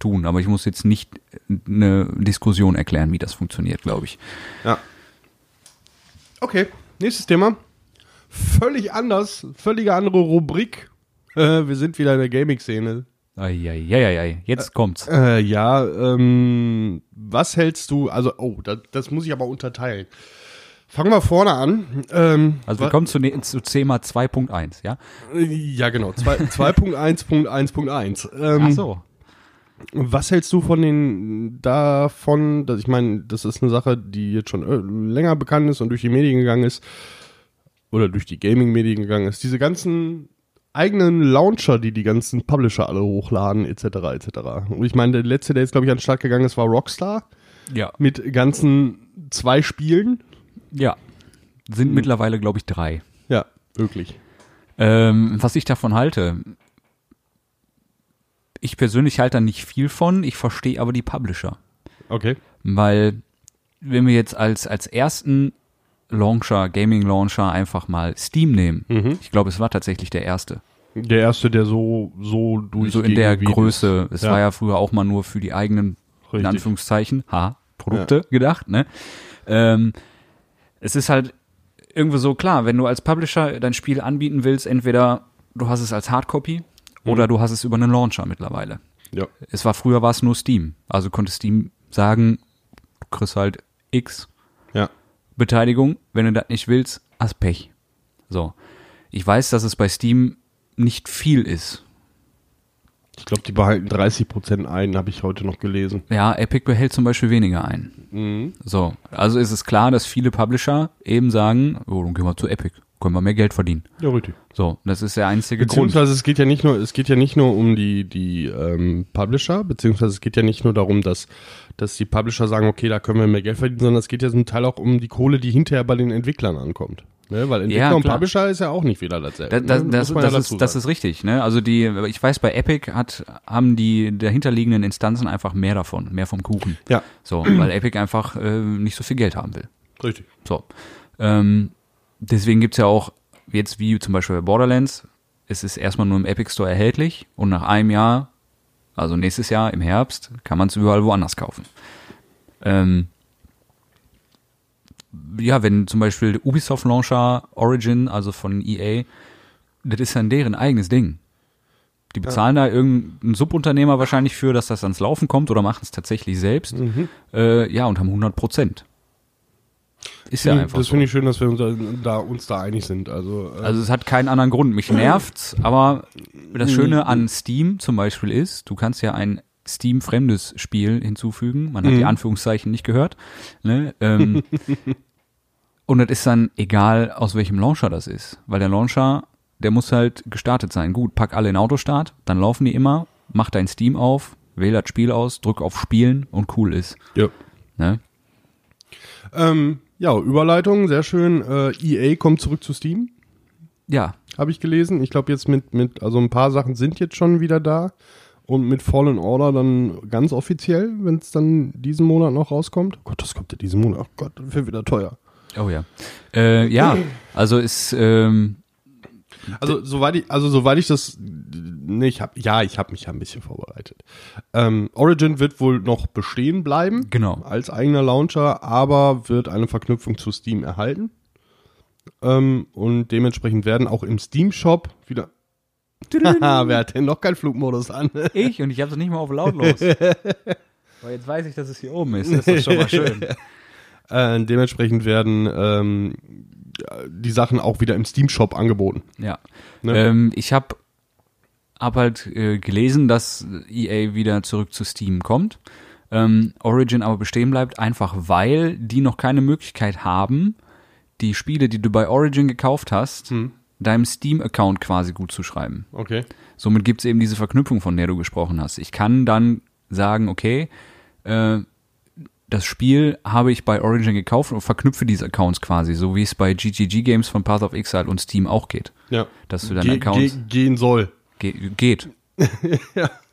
Speaker 3: tun. Aber ich muss jetzt nicht äh, eine Diskussion erklären, wie das funktioniert, glaube ich.
Speaker 1: Ja. Okay, nächstes Thema. Völlig anders, völlige andere Rubrik. Äh, wir sind wieder in der Gaming-Szene.
Speaker 3: Eieieiei, jetzt kommt's.
Speaker 1: Äh, ja, ähm, was hältst du, also, oh, das, das muss ich aber unterteilen. Fangen wir vorne an. Ähm,
Speaker 3: Also
Speaker 1: wa-
Speaker 3: wir kommen zu, ne- zu Thema 2.1, ja?
Speaker 1: Ja, genau. zwei- 2.1.1.1. Ähm,
Speaker 3: Ach so.
Speaker 1: Was hältst du von den davon, dass ich meine, das ist eine Sache, die jetzt schon äh, länger bekannt ist und durch die Medien gegangen ist oder durch die Gaming-Medien gegangen ist. Diese ganzen eigenen Launcher, die die ganzen Publisher alle hochladen, etc., etc. Und ich meine, der letzte, der jetzt glaube ich an den Start gegangen ist, war Rockstar
Speaker 3: Ja.
Speaker 1: mit ganzen zwei Spielen.
Speaker 3: Ja. Sind mittlerweile, glaube ich, drei.
Speaker 1: Ja, wirklich.
Speaker 3: Ähm, was ich davon halte. Ich persönlich halte da nicht viel von, ich verstehe aber die Publisher.
Speaker 1: Okay.
Speaker 3: Weil, wenn wir jetzt als, als ersten Launcher, Gaming-Launcher einfach mal Steam nehmen, ich glaube, es war tatsächlich der erste.
Speaker 1: Der erste, der so so durch
Speaker 3: So in der Größe. Es war ja früher auch mal nur für die eigenen, in
Speaker 1: Richtig.
Speaker 3: Anführungszeichen, ha, Produkte gedacht, ne? Ähm, es ist halt irgendwo so klar, wenn du als Publisher dein Spiel anbieten willst, entweder du hast es als Hardcopy oder du hast es über einen Launcher mittlerweile.
Speaker 1: ja.
Speaker 3: Es war früher war es nur Steam. Also konnte Steam sagen, du kriegst halt X
Speaker 1: Ja.
Speaker 3: Beteiligung, wenn du das nicht willst, hast Pech. So. Ich weiß, dass es bei Steam nicht viel ist.
Speaker 1: Ich glaube, die behalten 30% ein, habe ich heute noch gelesen.
Speaker 3: Ja, Epic behält zum Beispiel weniger ein.
Speaker 1: Mhm.
Speaker 3: So, also ist es klar, dass viele Publisher eben sagen, oh, dann gehen wir zu Epic, können wir mehr Geld verdienen.
Speaker 1: Ja, richtig.
Speaker 3: So, das ist der einzige Grund.
Speaker 1: Beziehungsweise es geht ja nicht nur, es geht ja nicht nur um die, die ähm, Publisher, beziehungsweise es geht ja nicht nur darum, dass, dass die Publisher sagen, okay, da können wir mehr Geld verdienen, sondern es geht ja zum Teil auch um die Kohle, die hinterher bei den Entwicklern ankommt. Ne? Weil Entwickler
Speaker 3: Ja,
Speaker 1: und
Speaker 3: klar.
Speaker 1: Publisher ist ja auch nicht wieder dasselbe.
Speaker 3: Das, das,
Speaker 1: ne?
Speaker 3: das,
Speaker 1: Muss man
Speaker 3: das,
Speaker 1: ja dazu
Speaker 3: ist, das
Speaker 1: sagen.
Speaker 3: ist richtig. Ne? Also die, ich weiß, bei Epic hat, haben die dahinterliegenden Instanzen einfach mehr davon, mehr vom Kuchen.
Speaker 1: Ja,
Speaker 3: So, weil Epic einfach äh, nicht so viel Geld haben will.
Speaker 1: richtig.
Speaker 3: So. Ähm, deswegen gibt's ja auch jetzt wie zum Beispiel bei Borderlands, es ist erstmal nur im Epic Store erhältlich und nach einem Jahr, also nächstes Jahr im Herbst, kann man es überall woanders kaufen. Ähm, ja, wenn zum Beispiel der Ubisoft Launcher Origin, also von EA, das ist dann deren eigenes Ding. Die bezahlen da irgendeinen Subunternehmer wahrscheinlich für, dass das ans Laufen kommt oder machen es tatsächlich selbst.
Speaker 1: Mhm.
Speaker 3: Äh, ja, und haben 100 Prozent. Ist ja einfach
Speaker 1: das
Speaker 3: so.
Speaker 1: finde ich schön, dass wir uns da, da, uns da einig sind. Also, äh,
Speaker 3: Also es hat keinen anderen Grund. Mich nervt's, aber das Schöne an Steam zum Beispiel ist, du kannst ja ein Steam-fremdes Spiel hinzufügen. Man hat die Anführungszeichen nicht gehört. Ne? Ähm, und das ist dann egal, aus welchem Launcher das ist. Weil der Launcher, der muss halt gestartet sein. Gut, pack alle in Autostart, dann laufen die immer, mach dein Steam auf, wähl das Spiel aus, drück auf Spielen und cool ist.
Speaker 1: ja.
Speaker 3: Ne?
Speaker 1: Ähm, ja, Überleitung, sehr schön. Äh, EA kommt zurück zu Steam.
Speaker 3: Ja,
Speaker 1: habe ich gelesen. Ich glaube jetzt mit, mit, also ein paar Sachen sind jetzt schon wieder da. Und mit Fallen Order dann ganz offiziell, wenn es dann diesen Monat noch rauskommt. Oh Gott, das kommt ja diesen Monat. Oh Gott, das wird wieder teuer.
Speaker 3: oh ja. Äh, ja, also ist... Ähm,
Speaker 1: Also soweit ich, also soweit ich das nee, ich hab, ja, ich habe mich ja ein bisschen vorbereitet. Ähm, Origin wird wohl noch bestehen bleiben.
Speaker 3: Genau.
Speaker 1: Als eigener Launcher, aber wird eine Verknüpfung zu Steam erhalten. Ähm, und dementsprechend werden auch im Steam Shop wieder. Haha, wer hat denn noch keinen Flugmodus an?
Speaker 3: Ich und ich habe es nicht mal auf lautlos. Aber jetzt weiß ich, dass es hier oben ist. Das ist doch schon mal schön.
Speaker 1: Äh, dementsprechend werden ähm, die Sachen auch wieder im Steam Shop angeboten.
Speaker 3: Ja.
Speaker 1: Ne?
Speaker 3: Ähm, ich habe hab halt äh, gelesen, dass EA wieder zurück zu Steam kommt. Ähm, Origin aber bestehen bleibt, einfach weil die noch keine Möglichkeit haben, die Spiele, die du bei Origin gekauft hast, deinem Steam-Account quasi gut zu schreiben.
Speaker 1: Okay.
Speaker 3: Somit gibt es eben diese Verknüpfung, von der du gesprochen hast. Ich kann dann sagen, okay, äh, das Spiel habe ich bei Origin gekauft und verknüpfe diese Accounts quasi, so wie es bei GGG Games von Path of Exile und Steam auch geht.
Speaker 1: Ja.
Speaker 3: Dass du deinen
Speaker 1: Ge
Speaker 3: Account
Speaker 1: ge gehen soll.
Speaker 3: ge geht.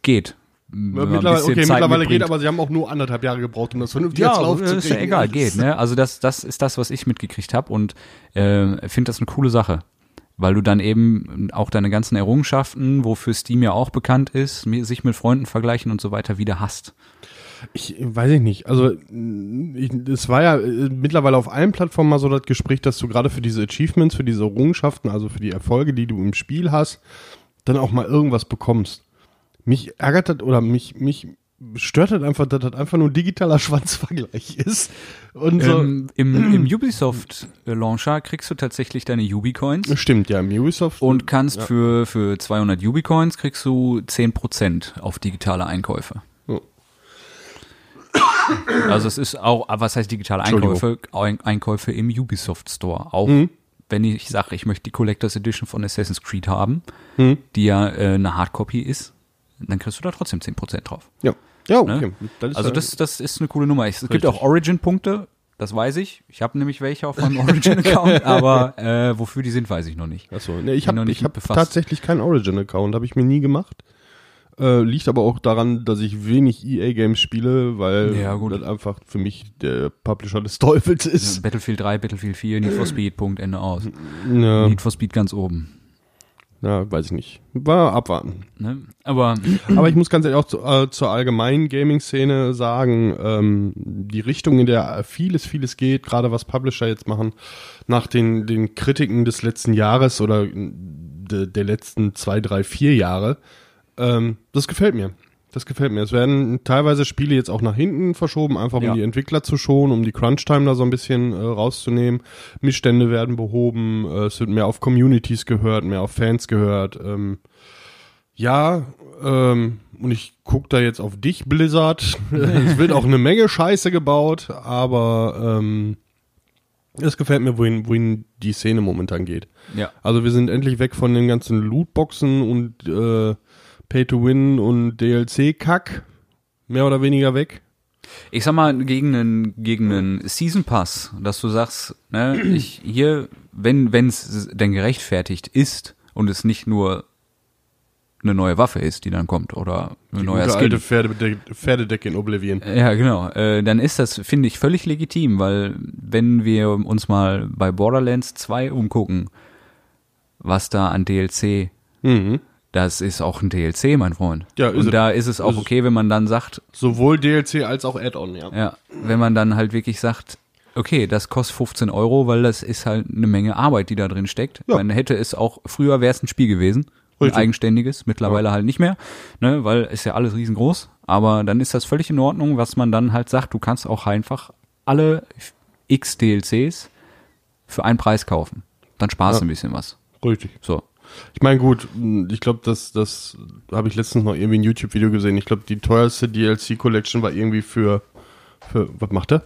Speaker 3: Geht. Wenn man ein
Speaker 1: Mittlerweile,
Speaker 3: bisschen
Speaker 1: okay,
Speaker 3: Zeit
Speaker 1: mittlerweile
Speaker 3: mitbringt.
Speaker 1: geht, aber sie haben auch nur anderthalb Jahre gebraucht, um das vernünftig
Speaker 3: ja,
Speaker 1: jetzt
Speaker 3: äh,
Speaker 1: aufzukriegen.
Speaker 3: ist ja egal, geht. Ne? Also das, das ist das, was ich mitgekriegt habe und äh, finde das eine coole Sache, weil du dann eben auch deine ganzen Errungenschaften, wofür Steam ja auch bekannt ist, mi- sich mit Freunden vergleichen und so weiter wieder hast.
Speaker 1: Ich weiß ich nicht. Also mh, ich, es war ja äh, mittlerweile auf allen Plattformen mal so das Gespräch, dass du gerade für diese Achievements, für diese Errungenschaften, also für die Erfolge, die du im Spiel hast, dann auch mal irgendwas bekommst. Mich ärgert das oder mich, mich stört das einfach, dass das einfach nur ein digitaler Schwanzvergleich ist. Und so.
Speaker 3: Ähm, Im im Ubisoft äh, Launcher kriegst du tatsächlich deine Ubicoins
Speaker 1: Stimmt, ja, im Ubisoft.
Speaker 3: und kannst für für 200 Ubicoins kriegst du 10% auf digitale Einkäufe.
Speaker 1: So.
Speaker 3: Also es ist auch, aber was heißt digitale
Speaker 1: Entschuldigung. Mhm.
Speaker 3: Einkäufe? Ein, Einkäufe im Ubisoft Store. Auch wenn ich sage, ich möchte die Collectors Edition von Assassin's Creed haben,
Speaker 1: Mhm.
Speaker 3: die ja äh, eine Hardcopy ist, dann kriegst du da trotzdem 10% drauf.
Speaker 1: ja. Ja, okay.
Speaker 3: Ne?
Speaker 1: Dann ist
Speaker 3: also
Speaker 1: ja-
Speaker 3: das, das ist eine coole Nummer. Es gibt
Speaker 1: Richtig.
Speaker 3: auch Origin-Punkte, das weiß ich. Ich habe nämlich welche auf meinem Origin-Account, aber äh, wofür die sind, weiß ich noch nicht.
Speaker 1: Achso, nee, ich
Speaker 3: Bin noch
Speaker 1: habe
Speaker 3: nicht
Speaker 1: ich hab
Speaker 3: mit befasst.
Speaker 1: tatsächlich keinen Origin-Account, habe ich mir nie gemacht. Äh, liegt aber auch daran, dass ich wenig EA-Games spiele, weil
Speaker 3: Ja, gut.
Speaker 1: das einfach für mich der Publisher des Teufels ist.
Speaker 3: Battlefield 3, Battlefield 4, Need for Speed, Punkt, Ende aus.
Speaker 1: Ja,
Speaker 3: Need for Speed ganz oben.
Speaker 1: ja weiß ich nicht. War abwarten.
Speaker 3: Ne? Aber
Speaker 1: aber ich muss ganz ehrlich auch zu, äh, zur allgemeinen Gaming-Szene sagen, ähm, die Richtung, in der vieles, vieles geht, gerade was Publisher jetzt machen, nach den, den Kritiken des letzten Jahres oder äh, de, der letzten zwei, drei, vier Jahre, ähm, das gefällt mir. Das gefällt mir. Es werden teilweise Spiele jetzt auch nach hinten verschoben, einfach um
Speaker 3: Ja.
Speaker 1: die Entwickler zu schonen, um die Crunch-Time da so ein bisschen äh, rauszunehmen. Missstände werden behoben, äh, es wird mehr auf Communities gehört, mehr auf Fans gehört. Ähm, ja, ähm, und ich guck da jetzt auf dich, Blizzard. es wird auch eine Menge Scheiße gebaut, aber ähm, es gefällt mir, wohin, wohin die Szene momentan geht.
Speaker 3: ja,
Speaker 1: Also wir sind endlich weg von den ganzen Lootboxen und äh, Pay-to-Win und DLC-Kack. Mehr oder weniger weg.
Speaker 3: Ich sag mal, gegen einen, gegen einen Season Pass, dass du sagst, ne, ich hier, wenn es denn gerechtfertigt ist und es nicht nur eine neue Waffe ist, die dann kommt oder eine neue
Speaker 1: Gute alte
Speaker 3: Skill.
Speaker 1: Pferdedecke Pferdedeck in Oblivion.
Speaker 3: Ja, genau. Äh, dann ist das, finde ich, völlig legitim, weil wenn wir uns mal bei Borderlands 2 umgucken, was da an DLC,
Speaker 1: Mhm.
Speaker 3: das ist auch ein DLC, mein Freund.
Speaker 1: Ja, ist
Speaker 3: Und
Speaker 1: es.
Speaker 3: da ist es auch
Speaker 1: es.
Speaker 3: okay, wenn man dann sagt,
Speaker 1: Sowohl DLC als auch Add-on, ja.
Speaker 3: Ja, wenn man dann halt wirklich sagt, okay, das kostet 15 Euro, weil das ist halt eine Menge Arbeit, die da drin steckt.
Speaker 1: Ja.
Speaker 3: Man hätte es auch, früher wäre es ein Spiel gewesen, ein
Speaker 1: Richtig.
Speaker 3: eigenständiges, mittlerweile halt nicht mehr, ne, weil ist ja alles riesengroß, aber dann ist das völlig in Ordnung, was man dann halt sagt, du kannst auch einfach alle X DLCs für einen Preis kaufen. Dann sparst du ein bisschen was.
Speaker 1: Richtig.
Speaker 3: So.
Speaker 1: Ich meine, gut, mh, ich glaube, das, das habe ich letztens noch irgendwie ein YouTube-Video gesehen. Ich glaube, die teuerste DLC-Collection war irgendwie für, für. Was macht er?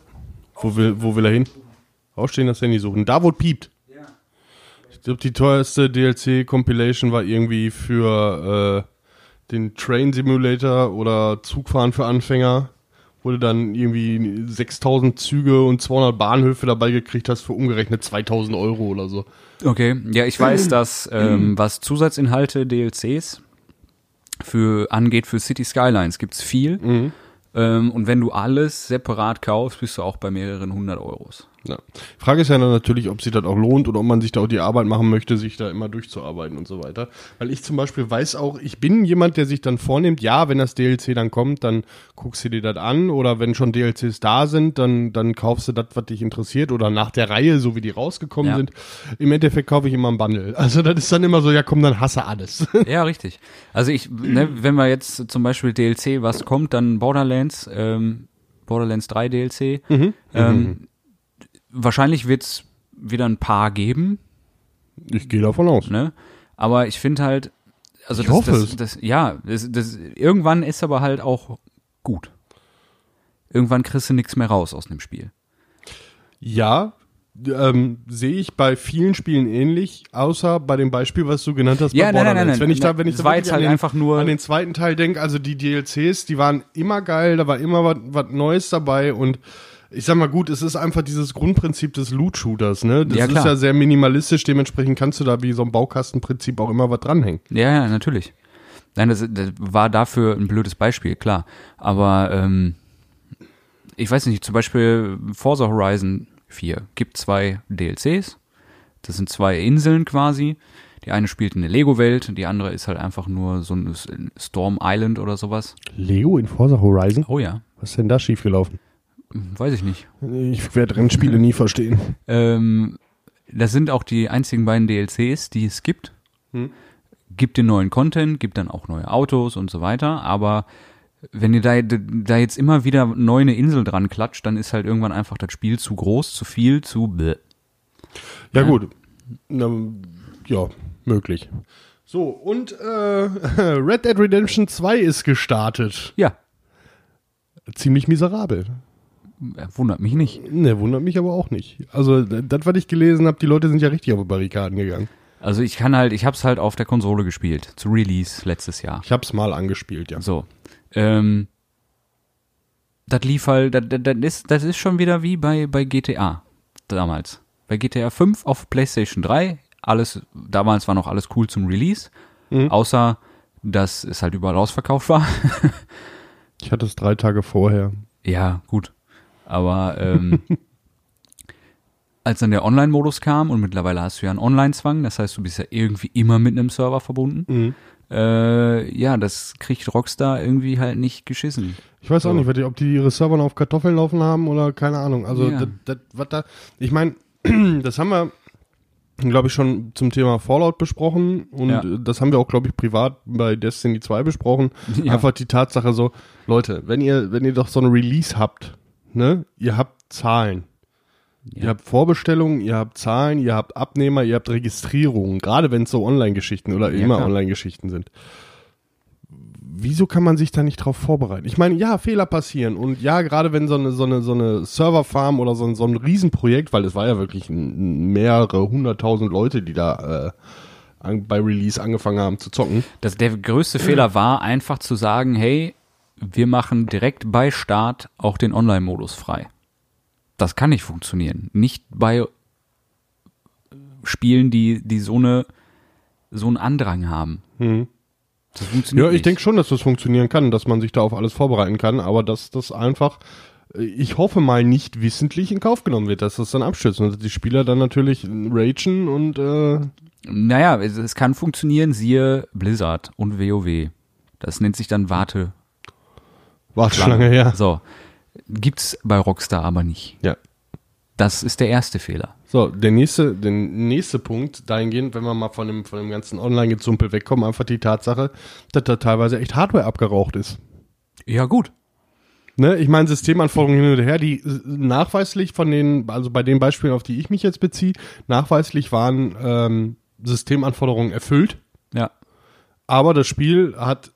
Speaker 1: Wo will, wo will er hin? Aufstehen, das Handy suchen. Da, wo es piept. Ich glaube, die teuerste DLC-Compilation war irgendwie für äh, den Train Simulator oder Zugfahren für Anfänger. Wurde dann irgendwie 6000 Züge und 200 Bahnhöfe dabei gekriegt hast für umgerechnet 2000 Euro oder so.
Speaker 3: Okay, ja, ich weiß, dass ähm, was Zusatzinhalte DLCs für angeht für City Skylines gibt's viel. Ähm, und wenn du alles separat kaufst, bist du auch bei mehreren hundert Euros.
Speaker 1: Ja. Frage ist ja dann natürlich, ob sich das auch lohnt oder ob man sich da auch die Arbeit machen möchte, sich da immer durchzuarbeiten und so weiter. Weil ich zum Beispiel weiß auch, ich bin jemand, der sich dann vornimmt, ja, wenn das DLC dann kommt, dann guckst du dir das an oder wenn schon DLCs da sind, dann, dann kaufst du das, was dich interessiert oder nach der Reihe, so wie die rausgekommen
Speaker 3: Ja.
Speaker 1: sind. Im Endeffekt kaufe ich immer ein Bundle. Also das ist dann immer so, ja komm, dann hasse alles.
Speaker 3: Ja, richtig. Also ich, ne, wenn wir jetzt zum Beispiel DLC, was kommt, dann Borderlands, ähm, Borderlands 3 DLC. Ähm, wahrscheinlich wird's wieder ein paar geben,
Speaker 1: ich gehe davon aus.
Speaker 3: ne? Aber ich finde halt, also
Speaker 1: Ich
Speaker 3: das,
Speaker 1: hoffe
Speaker 3: das,
Speaker 1: es.
Speaker 3: das, ja, das, das, irgendwann ist aber halt auch gut. Irgendwann kriegst du nichts mehr raus aus dem Spiel.
Speaker 1: Ja, ähm, sehe ich bei vielen Spielen ähnlich, außer bei dem Beispiel, was du genannt hast, bei
Speaker 3: Ja, nein, nein,
Speaker 1: Borderlands.
Speaker 3: nein,
Speaker 1: wenn ich
Speaker 3: nein,
Speaker 1: da, wenn ich
Speaker 3: es
Speaker 1: da
Speaker 3: war
Speaker 1: wirklich
Speaker 3: jetzt halt
Speaker 1: an den,
Speaker 3: einfach nur-
Speaker 1: an den zweiten Teil denke, also die DLCs, die waren immer geil, da war immer was- was Neues dabei und ich sag mal gut, es ist einfach dieses Grundprinzip des Loot-Shooters, ne? Das
Speaker 3: Ja,
Speaker 1: ist
Speaker 3: klar.
Speaker 1: ja sehr minimalistisch, dementsprechend kannst du da wie so ein Baukastenprinzip auch immer was dranhängen.
Speaker 3: Ja, ja, natürlich. Nein, das, das war dafür ein blödes Beispiel, klar. Aber ähm, ich weiß nicht, zum Beispiel Forza Horizon 4 gibt zwei DLCs. Das sind zwei Inseln quasi. Die eine spielt in der Lego-Welt, die andere ist halt einfach nur so ein S- Storm Island oder sowas.
Speaker 1: Leo in Forza Horizon?
Speaker 3: Oh ja,
Speaker 1: Was ist denn da schiefgelaufen?
Speaker 3: hm, weiß ich nicht.
Speaker 1: Ich werde Rennspiele nie verstehen.
Speaker 3: Ähm, das sind auch die einzigen beiden DLCs, die es gibt. Gibt den neuen Content, gibt dann auch neue Autos und so weiter. Aber wenn ihr da, da jetzt immer wieder neu eine Insel dran klatscht, dann ist halt irgendwann einfach das Spiel zu groß, zu viel, zu bläh.
Speaker 1: Ja, gut. Na, ja, möglich. So, und äh, Red Dead Redemption 2 ist gestartet.
Speaker 3: Ja,
Speaker 1: Ziemlich miserabel.
Speaker 3: wundert mich nicht.
Speaker 1: Ne, wundert mich aber auch nicht. Also, d- das, was ich gelesen habe, die Leute sind ja richtig auf die Barrikaden gegangen.
Speaker 3: Also ich kann halt, ich hab's halt auf der Konsole gespielt, zu Release letztes Jahr.
Speaker 1: Ich hab's mal angespielt, ja.
Speaker 3: So. Ähm, das lief halt, das, das, das, ist, das ist schon wieder wie bei, bei GTA damals. Bei GTA 5 auf PlayStation 3, alles, damals war noch alles cool zum Release, außer dass es halt überall ausverkauft war.
Speaker 1: Ich hatte es drei Tage vorher.
Speaker 3: ja, gut. Aber ähm, als dann der Online-Modus kam und mittlerweile hast du ja einen Online-Zwang, das heißt, du bist ja irgendwie immer mit einem Server verbunden. Äh, ja, das kriegt Rockstar irgendwie halt nicht geschissen.
Speaker 1: Ich weiß auch nicht, was die- ob die ihre Server noch auf Kartoffeln laufen haben oder keine Ahnung. Also,
Speaker 3: Ja.
Speaker 1: das, das, was da. Ich meine, das haben wir, glaube ich, schon zum Thema Fallout besprochen. Und
Speaker 3: Ja.
Speaker 1: äh, das haben wir auch, glaube ich, privat bei Destiny 2 besprochen.
Speaker 3: Ja.
Speaker 1: Einfach die Tatsache so, Leute, wenn ihr, wenn ihr doch so ein Release habt, ne, ihr habt Zahlen. Ihr habt Vorbestellungen, ihr habt Zahlen, ihr habt Abnehmer, ihr habt Registrierungen, gerade wenn es so Online-Geschichten oder immer
Speaker 3: klar.
Speaker 1: Online-Geschichten sind. Wieso kann man sich da nicht drauf vorbereiten? Ich meine, ja, Fehler passieren und ja, gerade wenn so eine, so eine, so eine Serverfarm oder so ein, so ein Riesenprojekt, weil es war ja wirklich n- mehrere hunderttausend Leute, die da äh, an, bei Release angefangen haben zu zocken.
Speaker 3: Das, der größte Fehler war einfach zu sagen, hey, wir machen direkt bei Start auch den Online-Modus frei. Das kann nicht funktionieren. Nicht bei äh, Spielen, die, die so eine, so einen Andrang haben. Das funktioniert
Speaker 1: Hm. Ja, ich
Speaker 3: nicht.
Speaker 1: denke schon, dass das funktionieren kann, dass man sich da auf alles vorbereiten kann, aber dass das einfach, äh, ich hoffe mal, nicht wissentlich in Kauf genommen wird, dass das dann abstürzt und dass die Spieler dann natürlich ragen und äh,
Speaker 3: Naja, es, es kann funktionieren, siehe Blizzard und WoW. Das nennt sich dann Warte.
Speaker 1: Warteschlange, ja.
Speaker 3: So. Gibt's bei Rockstar aber nicht.
Speaker 1: ja.
Speaker 3: Das ist der erste Fehler.
Speaker 1: So, der nächste, der nächste Punkt dahingehend, wenn wir mal von dem, von dem ganzen Online-Gezumpel wegkommen, einfach die Tatsache, dass da teilweise echt Hardware abgeraucht ist.
Speaker 3: Ja, gut.
Speaker 1: Ne, ich meine, Systemanforderungen hin und her, die äh, nachweislich von den, also bei den Beispielen, auf die ich mich jetzt beziehe, nachweislich waren ähm, Systemanforderungen erfüllt.
Speaker 3: Ja.
Speaker 1: Aber das Spiel hat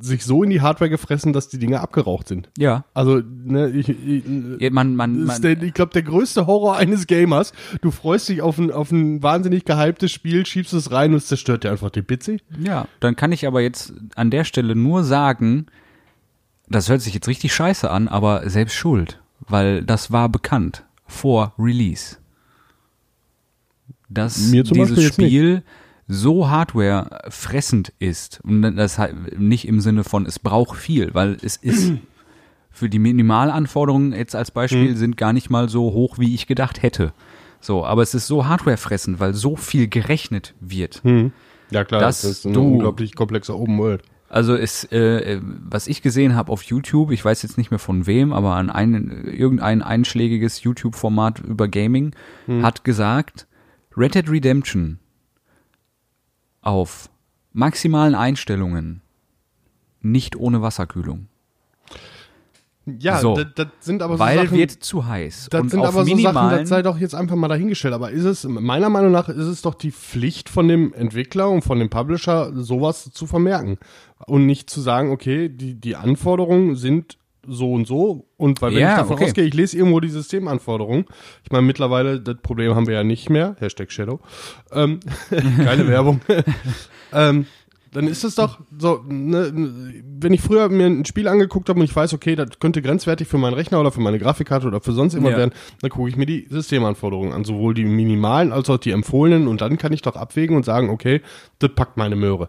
Speaker 1: sich so in die Hardware gefressen, dass die Dinge abgeraucht sind.
Speaker 3: Ja.
Speaker 1: Also, ne, ich, ich, äh,
Speaker 3: Ja, Man, man,
Speaker 1: das
Speaker 3: man,
Speaker 1: ist der, ich glaube, der größte Horror eines Gamers. Du freust dich auf ein, auf ein wahnsinnig gehyptes Spiel, schiebst es rein und es zerstört dir einfach den PC.
Speaker 3: Ja, dann kann ich aber jetzt an der Stelle nur sagen, das hört sich jetzt richtig scheiße an, aber selbst schuld, weil das war bekannt vor Release. Dass
Speaker 1: Mir zum
Speaker 3: dieses
Speaker 1: Beispiel jetzt
Speaker 3: Spiel so hardwarefressend ist und das halt nicht im Sinne von es braucht viel, weil es ist für die Minimalanforderungen jetzt als Beispiel
Speaker 1: Mhm.
Speaker 3: sind gar nicht mal so hoch, wie ich gedacht hätte. So, aber es ist so hardwarefressend, weil so viel gerechnet wird.
Speaker 1: Mhm. Ja klar,
Speaker 3: Das
Speaker 1: das ist ein
Speaker 3: du.
Speaker 1: unglaublich komplexer Open World.
Speaker 3: Also ist, äh, äh, was ich gesehen habe auf YouTube, ich weiß jetzt nicht mehr von wem, aber an einen, irgendein einschlägiges YouTube-Format über Gaming
Speaker 1: Hm.
Speaker 3: hat gesagt, Red Dead Redemption auf maximalen Einstellungen nicht ohne Wasserkühlung.
Speaker 1: Ja,
Speaker 3: So.
Speaker 1: das, das sind aber so
Speaker 3: weil
Speaker 1: Sachen,
Speaker 3: wird zu heiß.
Speaker 1: das
Speaker 3: und
Speaker 1: sind
Speaker 3: auf
Speaker 1: aber so Sachen,
Speaker 3: minimalen,
Speaker 1: das sei doch jetzt einfach mal dahingestellt. Aber ist es, meiner Meinung nach, ist es doch die Pflicht von dem Entwickler und von dem Publisher, sowas zu vermerken. Und nicht zu sagen, okay, die, die Anforderungen sind so und so. Und weil wenn
Speaker 3: Ja,
Speaker 1: ich davon
Speaker 3: okay.
Speaker 1: ausgehe, ich lese irgendwo die Systemanforderungen. Ich meine, mittlerweile, das Problem haben wir ja nicht mehr. Hashtag Shadow. Ähm, geile Werbung. ähm, dann ist es doch so, ne, wenn ich früher mir ein Spiel angeguckt habe und ich weiß, okay, das könnte grenzwertig für meinen Rechner oder für meine Grafikkarte oder für sonst immer
Speaker 3: Ja.
Speaker 1: werden, dann gucke ich mir die Systemanforderungen an, sowohl die minimalen als auch die empfohlenen und dann kann ich doch abwägen und sagen, okay, das packt meine Möhre.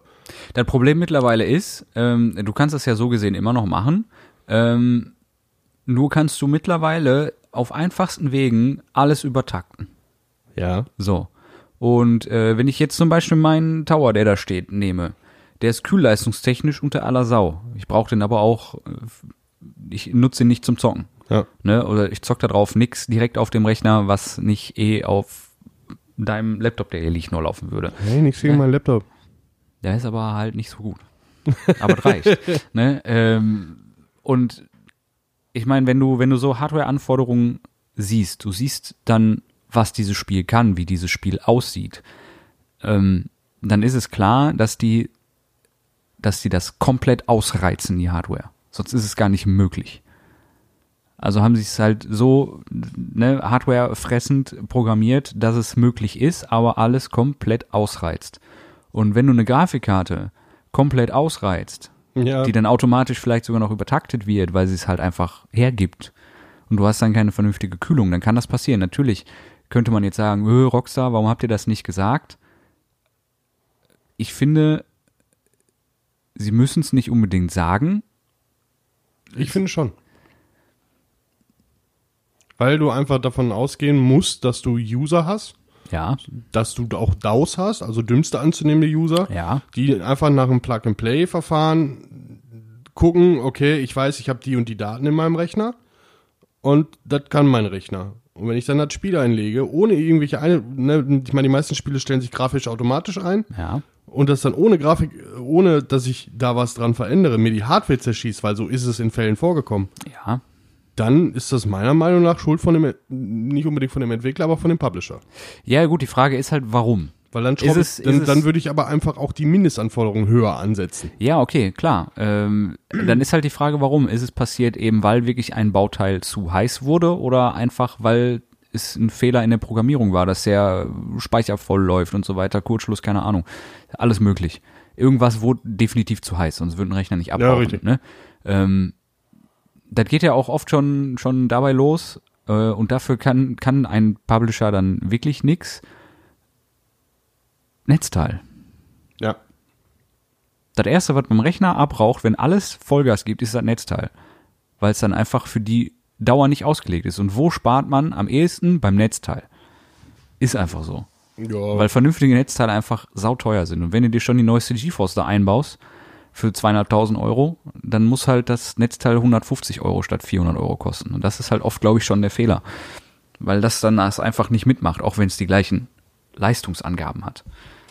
Speaker 3: Das Problem mittlerweile ist, ähm, du kannst das ja so gesehen immer noch machen, ähm, nur kannst du mittlerweile auf einfachsten Wegen alles übertakten.
Speaker 1: Ja.
Speaker 3: So. Und äh, wenn ich jetzt zum Beispiel meinen Tower, der da steht, nehme, der ist kühlleistungstechnisch unter aller Sau. Ich brauche den aber auch, äh, ich nutze ihn nicht zum Zocken.
Speaker 1: Ja.
Speaker 3: Ne? Oder ich zock da drauf nix direkt auf dem Rechner, was nicht eh auf deinem Laptop, der hier liegt, nur laufen würde.
Speaker 1: Hey, nichts gegen meinen Laptop.
Speaker 3: Der ist aber halt nicht so gut. Aber das reicht. ne? ähm, und ich meine, wenn du, wenn du so Hardware-Anforderungen siehst, du siehst dann, was dieses Spiel kann, wie dieses Spiel aussieht, ähm, dann ist es klar, dass die, dass die das komplett ausreizen, die Hardware. Sonst ist es gar nicht möglich. Also haben sie es halt so ne, Hardware fressend programmiert, dass es möglich ist, aber alles komplett ausreizt. Und wenn du eine Grafikkarte komplett ausreizt,
Speaker 1: Ja.
Speaker 3: die dann automatisch vielleicht sogar noch übertaktet wird, weil sie es halt einfach hergibt und du hast dann keine vernünftige Kühlung, dann kann das passieren. Natürlich könnte man jetzt sagen, öh, Rockstar, warum habt ihr das nicht gesagt? Ich finde, sie müssen es nicht unbedingt sagen,
Speaker 1: Ich finde schon. Weil du einfach davon ausgehen musst, dass du User hast,
Speaker 3: ja,
Speaker 1: dass du auch DAOs hast, also dümmste anzunehmende User,
Speaker 3: ja,
Speaker 1: die einfach nach einem Plug-and-Play-Verfahren gucken, okay, ich weiß, ich habe die und die Daten in meinem Rechner und das kann mein Rechner. Und wenn ich dann das Spiel einlege, ohne irgendwelche, eine, ne, ich meine, die meisten Spiele stellen sich grafisch automatisch ein
Speaker 3: ja.
Speaker 1: und das dann ohne Grafik, ohne dass ich da was dran verändere, mir die Hardware zerschießt, weil so ist es in Fällen vorgekommen,
Speaker 3: Ja,
Speaker 1: dann ist das meiner Meinung nach Schuld von dem, nicht unbedingt von dem Entwickler, aber von dem Publisher.
Speaker 3: ja gut, die Frage ist halt, warum?
Speaker 1: Weil dann,
Speaker 3: Ist
Speaker 1: schraube
Speaker 3: es-
Speaker 1: ich, dann,
Speaker 3: ist es-
Speaker 1: dann würde ich aber einfach auch die Mindestanforderungen höher ansetzen.
Speaker 3: Ja, okay, klar. Ähm, dann ist halt die Frage, warum ist es passiert, eben weil wirklich ein Bauteil zu heiß wurde oder einfach weil es ein Fehler in der Programmierung war, dass der Speicher voll läuft und so weiter, Kurzschluss, keine Ahnung. Alles möglich. Irgendwas wurde definitiv zu heiß, sonst würde ein Rechner nicht abrauchen.
Speaker 1: richtig.
Speaker 3: Ne? Ähm, das geht ja auch oft schon, schon dabei los äh, und dafür kann, kann ein Publisher dann wirklich nix. Netzteil.
Speaker 1: Ja.
Speaker 3: Das erste, was beim Rechner abraucht, wenn alles Vollgas gibt, ist das Netzteil. Weil es dann einfach für die Dauer nicht ausgelegt ist. Und wo spart man am ehesten? Beim Netzteil. Ist einfach so.
Speaker 1: Ja,
Speaker 3: Weil vernünftige Netzteile einfach sauteuer sind. Und wenn du dir schon die neueste GeForce da einbaust, für 200.000 Euro, dann muss halt das Netzteil 150 Euro statt 400 Euro kosten. Und das ist halt oft, glaube ich, schon der Fehler. Weil das dann das einfach nicht mitmacht, auch wenn es die gleichen Leistungsangaben hat.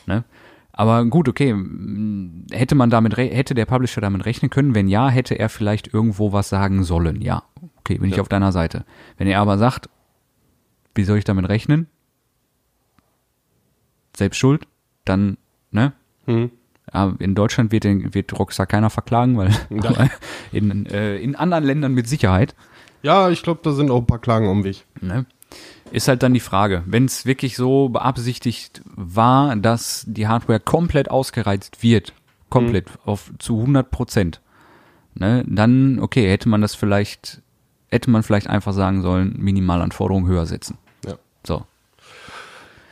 Speaker 3: Ne? Aber gut, okay, mh, hätte man damit, re- hätte der Publisher damit rechnen können? Wenn ja, hätte er vielleicht irgendwo was sagen sollen. Ja, okay, bin ich auf deiner Seite. Wenn er aber sagt, wie soll ich damit rechnen? Selbst schuld, dann, ne?
Speaker 1: Hm.
Speaker 3: Ja, in Deutschland wird, den, wird Rockstar keiner verklagen, weil
Speaker 1: Ja.
Speaker 3: in, äh, in anderen Ländern mit Sicherheit.
Speaker 1: ja ich glaube, da sind auch ein paar Klagen um Weg.
Speaker 3: Ne? Ist halt dann die Frage, wenn es wirklich so beabsichtigt war, dass die Hardware komplett ausgereizt wird, komplett
Speaker 1: Hm.
Speaker 3: auf zu 100 Prozent, ne, dann okay, hätte man das vielleicht, hätte man vielleicht einfach sagen sollen, Minimalanforderungen höher setzen.
Speaker 1: Ja.
Speaker 3: So,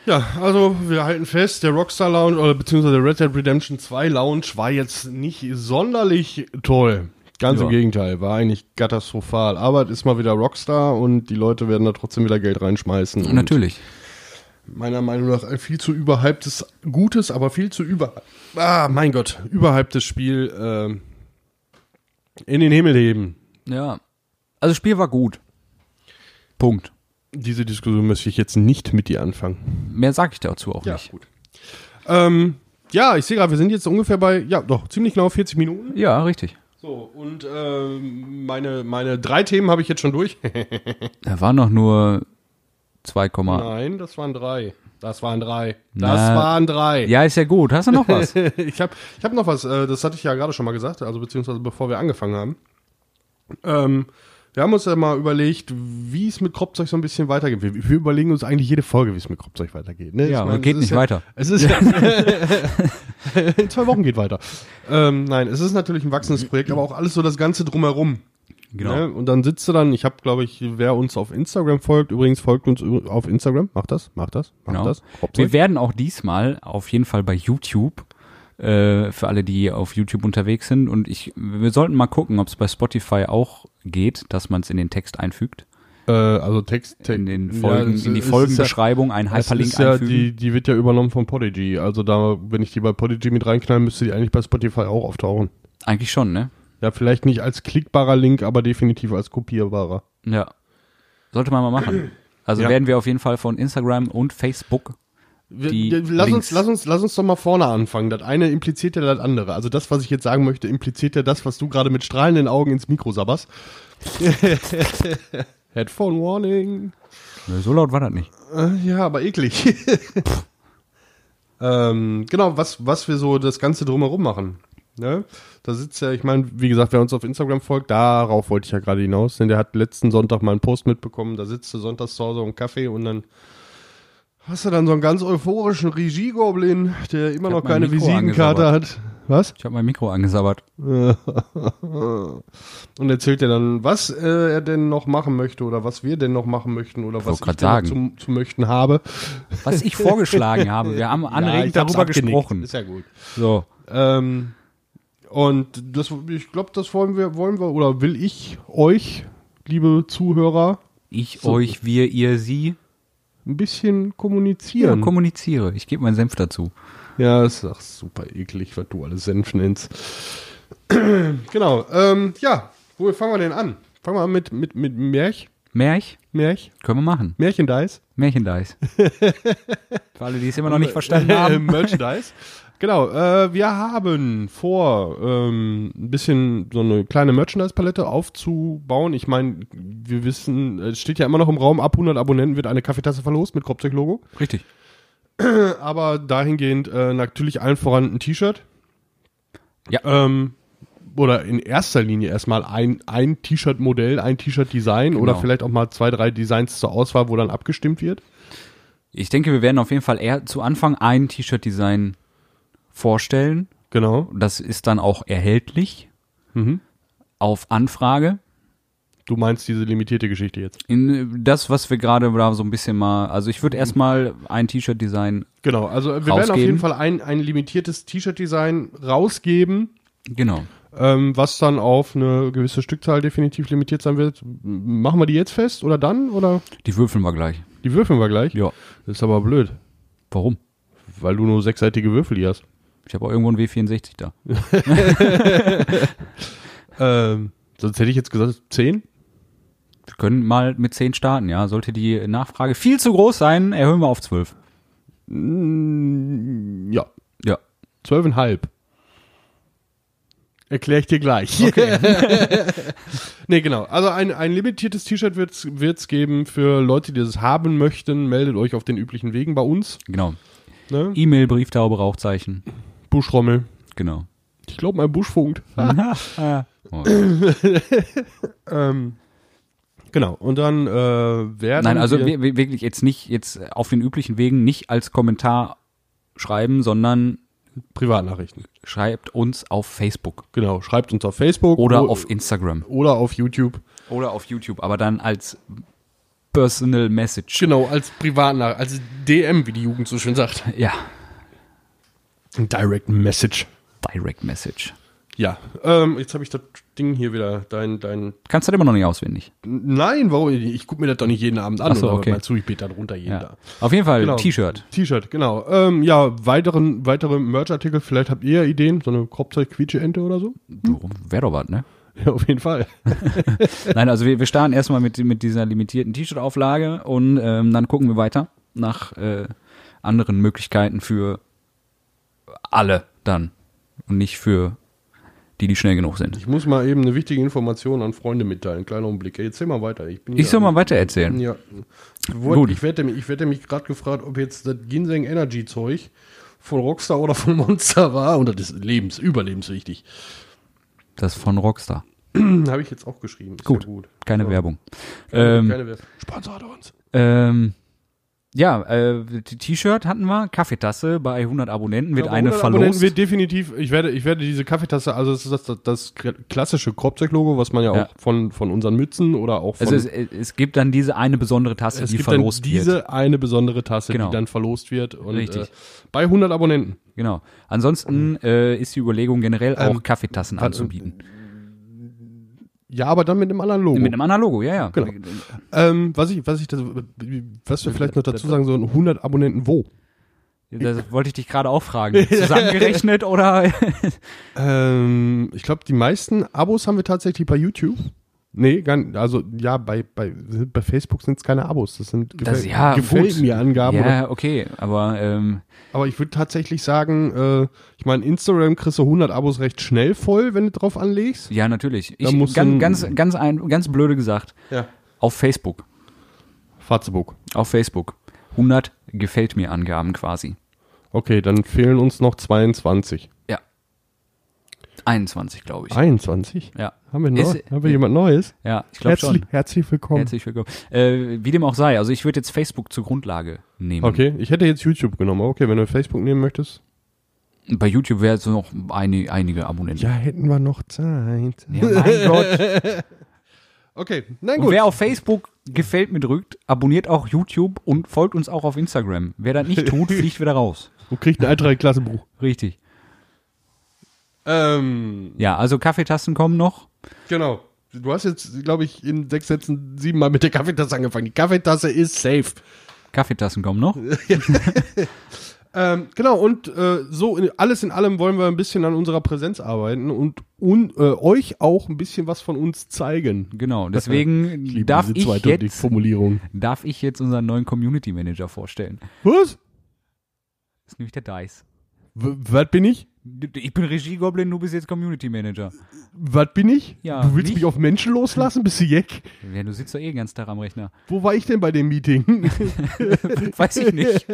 Speaker 1: Ja, also wir halten fest, der Rockstar Lounge oder beziehungsweise der Red Dead Redemption 2 Lounge war jetzt nicht sonderlich toll. Ganz
Speaker 3: Ja.
Speaker 1: im Gegenteil, war eigentlich katastrophal. Aber es ist mal wieder Rockstar und die Leute werden da trotzdem wieder Geld reinschmeißen. Und
Speaker 3: Natürlich.
Speaker 1: Meiner Meinung nach ein viel zu überhyptes, gutes, aber viel zu über. Ah, mein Gott, überhyptes Spiel ähm, in den Himmel heben.
Speaker 3: Ja. Also das Spiel war gut. Punkt.
Speaker 1: Diese Diskussion möchte ich jetzt nicht mit dir anfangen.
Speaker 3: Mehr sage ich dazu auch nicht.
Speaker 1: gut. Ähm, ja, ich sehe gerade, wir sind jetzt ungefähr bei, ja, doch, ziemlich genau 40 Minuten.
Speaker 3: Ja, richtig.
Speaker 1: So, und ähm, meine, meine drei Themen habe ich jetzt schon durch.
Speaker 3: Da waren noch nur 2,
Speaker 1: Nein, das waren drei. Das waren drei.
Speaker 3: Na.
Speaker 1: Das waren drei.
Speaker 3: ja, ist ja gut. Hast du noch was?
Speaker 1: Ich habe ich hab noch was, äh, das hatte ich ja gerade schon mal gesagt, also beziehungsweise bevor wir angefangen haben. Ähm, wir haben uns ja mal überlegt, wie es mit Kropzeug so ein bisschen weitergeht. Wir, wir überlegen uns eigentlich jede Folge, wie es mit Kropzeug weitergeht. Ne?
Speaker 3: Ja,
Speaker 1: Ich
Speaker 3: aber geht
Speaker 1: es ist
Speaker 3: nicht
Speaker 1: ja,
Speaker 3: weiter.
Speaker 1: Es ist ja, in zwei Wochen geht weiter. Ähm, nein, es ist natürlich ein wachsendes Projekt, aber auch alles so das Ganze drumherum.
Speaker 3: Genau.
Speaker 1: Ne? Und dann sitzt du dann, ich habe, glaube ich, wer uns auf Instagram folgt, übrigens folgt uns ü- auf Instagram, macht das, macht das, macht
Speaker 3: Genau.
Speaker 1: das. Kropzeug.
Speaker 3: Wir werden auch diesmal auf jeden Fall bei YouTube, äh, für alle, die auf YouTube unterwegs sind. Und ich, wir sollten mal gucken, ob es bei Spotify auch geht, dass man es in den Text einfügt.
Speaker 1: Äh, also Text,
Speaker 3: In, den
Speaker 1: Ja,
Speaker 3: Folgen,
Speaker 1: das
Speaker 3: in die
Speaker 1: ist- es ist ja-
Speaker 3: Folgenbeschreibung einen
Speaker 1: Das
Speaker 3: Hyperlink
Speaker 1: ist ja,
Speaker 3: einfügen.
Speaker 1: die, die wird ja übernommen von Podigy. Also da, wenn ich die bei Podigy mit reinknallen, müsste die eigentlich bei Spotify auch auftauchen.
Speaker 3: Eigentlich schon, ne?
Speaker 1: Ja, vielleicht nicht als klickbarer Link, aber definitiv als kopierbarer.
Speaker 3: Ja. Sollte man mal machen. Also
Speaker 1: Ja.
Speaker 3: werden wir auf jeden Fall von Instagram und Facebook.
Speaker 1: Wir,
Speaker 3: Die
Speaker 1: wir- lass,
Speaker 3: Links.
Speaker 1: uns, lass, uns, lass uns doch mal vorne anfangen. Das eine impliziert ja das andere. Also das, was ich jetzt sagen möchte, impliziert ja das, was du gerade mit strahlenden Augen ins Mikro sabberst. Headphone Warning.
Speaker 3: So laut war das nicht.
Speaker 1: Äh, Ja, aber eklig. ähm, genau, was, was wir so das Ganze drumherum machen. Ne? Da sitzt ja, ich meine, wie gesagt, wer uns auf Instagram folgt, darauf wollte ich ja gerade hinaus, denn der hat letzten Sonntag mal einen Post mitbekommen, da sitzt du sonntags zu Hause im Kaffee und dann hast du dann so einen ganz euphorischen Regie-Goblin, der immer
Speaker 3: Ich
Speaker 1: noch
Speaker 3: hab mein
Speaker 1: keine
Speaker 3: Mikro
Speaker 1: Visitenkarte hat. Was? Äh.
Speaker 3: Ich habe mein Mikro angesabbert.
Speaker 1: und erzählt er dann, was äh, er denn noch machen möchte oder was wir denn noch machen möchten oder was
Speaker 3: wollte
Speaker 1: ich
Speaker 3: grad
Speaker 1: denn noch
Speaker 3: sagen.
Speaker 1: Zu, zu möchten habe.
Speaker 3: Was ich vorgeschlagen habe. Wir haben anregend
Speaker 1: Ja, ich hab's
Speaker 3: darüber
Speaker 1: abgenickt.
Speaker 3: gesprochen.
Speaker 1: Ist ja gut.
Speaker 3: So.
Speaker 1: Ähm, und das, ich glaube, das wollen wir, wollen wir oder will ich euch, liebe Zuhörer,
Speaker 3: Ich,
Speaker 1: So.
Speaker 3: euch, wir, ihr, sie.
Speaker 1: ein bisschen
Speaker 3: Ja,
Speaker 1: kommunizieren. Ja,
Speaker 3: kommuniziere. Ich gebe meinen Senf dazu.
Speaker 1: das ist auch super eklig, was du alles Senf nennst. genau. Ähm, ja, wo fangen wir denn an? Fangen wir an mit, mit, mit Märch,
Speaker 3: Märch?
Speaker 1: Märch,
Speaker 3: Können wir machen.
Speaker 1: Märchendice.
Speaker 3: Märchendice. Für alle, die es immer noch nicht verstanden
Speaker 1: Äh,
Speaker 3: haben.
Speaker 1: Merchandise. Genau, äh, wir haben vor, ähm, ein bisschen so eine kleine Merchandise-Palette aufzubauen. Ich meine, wir wissen, es steht ja immer noch im Raum, ab 100 Abonnenten wird eine Kaffeetasse verlost mit Kropzeug-Logo.
Speaker 3: Richtig.
Speaker 1: Aber dahingehend äh, natürlich allen voran ein T-Shirt.
Speaker 3: Ja.
Speaker 1: Ähm, oder in erster Linie erstmal ein, ein T-Shirt-Modell, ein T-Shirt-Design oder
Speaker 3: Genau.
Speaker 1: vielleicht auch mal zwei, drei Designs zur Auswahl, wo dann abgestimmt wird.
Speaker 3: Ich denke, wir werden auf jeden Fall eher zu Anfang ein T-Shirt-Design vorstellen.
Speaker 1: Genau.
Speaker 3: Das ist dann auch erhältlich.
Speaker 1: Mhm.
Speaker 3: Auf Anfrage.
Speaker 1: Du meinst diese limitierte Geschichte jetzt.
Speaker 3: In das, was wir gerade da so ein bisschen mal, also ich
Speaker 1: Mhm.
Speaker 3: würde erstmal ein T-Shirt-Design,
Speaker 1: Genau, also wir werden auf
Speaker 3: Rausgeben.
Speaker 1: jeden Fall ein, ein limitiertes T-Shirt-Design rausgeben,
Speaker 3: genau.
Speaker 1: ähm, was dann auf eine gewisse Stückzahl definitiv limitiert sein wird. M- Machen wir die jetzt fest oder dann? Oder
Speaker 3: Die würfeln wir gleich.
Speaker 1: die würfeln wir gleich?
Speaker 3: Ja.
Speaker 1: Das ist aber blöd,
Speaker 3: Warum?
Speaker 1: weil du nur sechsseitige Würfel hier hast.
Speaker 3: Ich habe auch irgendwo einen W64 da.
Speaker 1: Ähm, sonst hätte ich jetzt gesagt, zehn?
Speaker 3: Wir können mal mit 10 starten, ja. Sollte die Nachfrage viel zu groß sein, erhöhen wir auf 12.
Speaker 1: Ja,
Speaker 3: Ja.
Speaker 1: zwölfeinhalb. Erkläre ich dir gleich. Okay. nee, genau. Also ein, ein limitiertes T-Shirt wird es geben für Leute, die das haben möchten. Meldet euch auf den üblichen Wegen bei uns.
Speaker 3: Genau.
Speaker 1: Ne?
Speaker 3: E-Mail, Brieftaube, Rauchzeichen.
Speaker 1: Buschrommel.
Speaker 3: Genau.
Speaker 1: Ich glaube, mein Buschfunkt.
Speaker 3: Oh.
Speaker 1: Ähm, genau. Und dann äh, werden
Speaker 3: Nein, also
Speaker 1: wir,
Speaker 3: wir, wir- wirklich jetzt nicht, jetzt auf den üblichen Wegen nicht als Kommentar schreiben, sondern
Speaker 1: Privatnachrichten.
Speaker 3: schreibt uns auf Facebook
Speaker 1: Genau. Schreibt uns auf Facebook
Speaker 3: oder
Speaker 1: o-
Speaker 3: auf Instagram
Speaker 1: oder auf YouTube.
Speaker 3: Oh. oder auf YouTube, aber dann als Personal Message.
Speaker 1: Genau, als Privatnachricht, als DM, wie die Jugend
Speaker 3: Genau.
Speaker 1: so schön sagt.
Speaker 3: Ja,
Speaker 1: Direct Message.
Speaker 3: Direct Message.
Speaker 1: Ja, ähm, jetzt habe ich das Ding hier wieder, dein, dein.
Speaker 3: Kannst du das immer noch nicht auswendig.
Speaker 1: Nein, warum? Ich gucke mir das doch nicht jeden Abend an.
Speaker 3: Ach so,
Speaker 1: oder
Speaker 3: okay.
Speaker 1: Mal zu, ich bete dann runter jeden
Speaker 3: Ja.
Speaker 1: Tag.
Speaker 3: Auf jeden Fall,
Speaker 1: Genau.
Speaker 3: T-Shirt.
Speaker 1: T-Shirt, genau. Ähm, ja, weiteren, weitere Merch-Artikel, vielleicht habt ihr ja Ideen, so eine Kropfzeug-Quietsche-Ente oder so.
Speaker 3: Wäre doch was, ne?
Speaker 1: Ja, auf jeden Fall.
Speaker 3: Nein, also wir, wir starten erstmal mit, mit dieser limitierten T-Shirt-Auflage und ähm, dann gucken wir weiter nach äh, anderen Möglichkeiten für alle dann und nicht für die, die schnell genug sind.
Speaker 1: Ich muss mal eben eine wichtige Information an Freunde mitteilen. Kleiner Augenblick. Jetzt zähl mal weiter. Ich, bin
Speaker 3: Ich
Speaker 1: hier
Speaker 3: soll
Speaker 1: am-
Speaker 3: mal weiter erzählen.
Speaker 1: Ja. Wollt,
Speaker 3: Gut.
Speaker 1: Ich werde mich, ich werde mich gerade gefragt, ob jetzt das Ginseng Energy Zeug von Rockstar oder von Monster war. Und das ist lebens, überlebenswichtig.
Speaker 3: Das von Rockstar.
Speaker 1: Habe ich jetzt auch geschrieben. Ist
Speaker 3: Gut.
Speaker 1: Ja gut.
Speaker 3: Keine
Speaker 1: Ja.
Speaker 3: Werbung.
Speaker 1: Keine,
Speaker 3: ähm,
Speaker 1: keine Werbung. Sponsort uns.
Speaker 3: Ähm, ja, äh, die T-Shirt hatten wir, Kaffeetasse bei 100 Abonnenten wird
Speaker 1: Aber
Speaker 3: eine
Speaker 1: 100
Speaker 3: verlost.
Speaker 1: Abonnenten wird definitiv, ich werde, ich werde diese Kaffeetasse, also das ist das, das, das klassische Kropzeck-Logo, was man ja,
Speaker 3: Ja.
Speaker 1: auch von, von unseren Mützen oder auch von
Speaker 3: also es, es gibt dann diese eine besondere Tasse,
Speaker 1: es
Speaker 3: die
Speaker 1: gibt dann
Speaker 3: verlost
Speaker 1: diese
Speaker 3: wird.
Speaker 1: eine besondere Tasse,
Speaker 3: Genau.
Speaker 1: die dann verlost wird. Und,
Speaker 3: Richtig.
Speaker 1: Äh, bei 100 Abonnenten.
Speaker 3: Genau. Ansonsten äh, ist die Überlegung generell auch
Speaker 1: Mhm. Ähm, äh,
Speaker 3: Kaffeetassen
Speaker 1: warte,
Speaker 3: anzubieten.
Speaker 1: Ja, aber dann mit einem anderen Logo.
Speaker 3: Mit einem anderen Logo, ja, ja.
Speaker 1: oh. Genau. ähm, was ich, was ich, das, was wir vielleicht noch dazu sagen sollen, 100 Abonnenten wo?
Speaker 3: Das wollte ich dich gerade auch fragen. Zusammengerechnet oder?
Speaker 1: Ähm, ich glaube, die meisten Abos haben wir tatsächlich bei YouTube. Nee, gar nicht, also ja, bei, bei, bei Facebook sind es keine Abos. Das sind gefäll,
Speaker 3: Das- ja,
Speaker 1: gefällt
Speaker 3: gut.
Speaker 1: mir Angaben. Oder,
Speaker 3: ja, okay, aber ähm,
Speaker 1: aber ich würde tatsächlich sagen, äh, ich meine, Instagram kriegst du 100 Abos recht schnell voll, wenn du drauf anlegst.
Speaker 3: ja, natürlich.
Speaker 1: Da
Speaker 3: Ich,
Speaker 1: musst
Speaker 3: ganz,
Speaker 1: du-
Speaker 3: ganz, ganz, ein, ganz blöde gesagt,
Speaker 1: Ja.
Speaker 3: auf Facebook.
Speaker 1: Fatzeburg.
Speaker 3: Auf Facebook. 100 gefällt mir Angaben quasi.
Speaker 1: Okay, dann fehlen uns noch 22.
Speaker 3: Ja. 21,
Speaker 1: Ah,
Speaker 3: glaube ich.
Speaker 1: 21?
Speaker 3: Ja.
Speaker 1: Haben wir, neu,
Speaker 3: Ist-
Speaker 1: haben wir jemand Neues?
Speaker 3: Ja, ich glaube
Speaker 1: Herzlich,
Speaker 3: schon.
Speaker 1: herzlich willkommen.
Speaker 3: Herzlich willkommen. Äh, wie dem auch sei, also ich würde jetzt Facebook zur Grundlage nehmen.
Speaker 1: Okay, ich hätte jetzt YouTube genommen. aber Okay, wenn du Facebook nehmen möchtest.
Speaker 3: Bei YouTube wäre es noch eine, einige Abonnenten.
Speaker 1: Ja, hätten wir noch Zeit.
Speaker 3: Ja, mein Gott.
Speaker 1: Okay, nein,
Speaker 3: Und
Speaker 1: gut.
Speaker 3: wer auf Facebook gefällt mir drückt, abonniert auch YouTube und folgt uns auch auf Instagram. Wer das nicht tut, fliegt wieder raus.
Speaker 1: Du kriegst ein Eintracht-Klasse-Buch.
Speaker 3: Richtig.
Speaker 1: Ähm,
Speaker 3: Ja, also Kaffeetassen kommen noch.
Speaker 1: genau. Du hast jetzt, glaube ich, in sechs Sätzen siebenmal mit der Kaffeetasse angefangen. Die Kaffeetasse ist safe.
Speaker 3: Kaffeetassen kommen noch.
Speaker 1: Ähm, genau, und äh, so in, alles in allem wollen wir ein bisschen an unserer Präsenz arbeiten und un, äh, euch auch ein bisschen was von uns zeigen.
Speaker 3: Genau, deswegen
Speaker 1: Ich liebe
Speaker 3: darf,
Speaker 1: diese
Speaker 3: ich
Speaker 1: zweideutige
Speaker 3: jetzt,
Speaker 1: Formulierung.
Speaker 3: darf ich jetzt unseren neuen Community Manager vorstellen.
Speaker 1: Was?
Speaker 3: Das ist nämlich der Dice.
Speaker 1: W was bin ich?
Speaker 3: Ich bin Regie-Goblin, du bist jetzt Community Manager.
Speaker 1: Was bin ich?
Speaker 3: Ja,
Speaker 1: du willst
Speaker 3: nicht.
Speaker 1: mich auf Menschen loslassen? Bist du Jeck?
Speaker 3: Ja, du sitzt doch eh den ganzen Tag am Rechner.
Speaker 1: Wo war ich denn bei dem Meeting?
Speaker 3: Weiß ich nicht.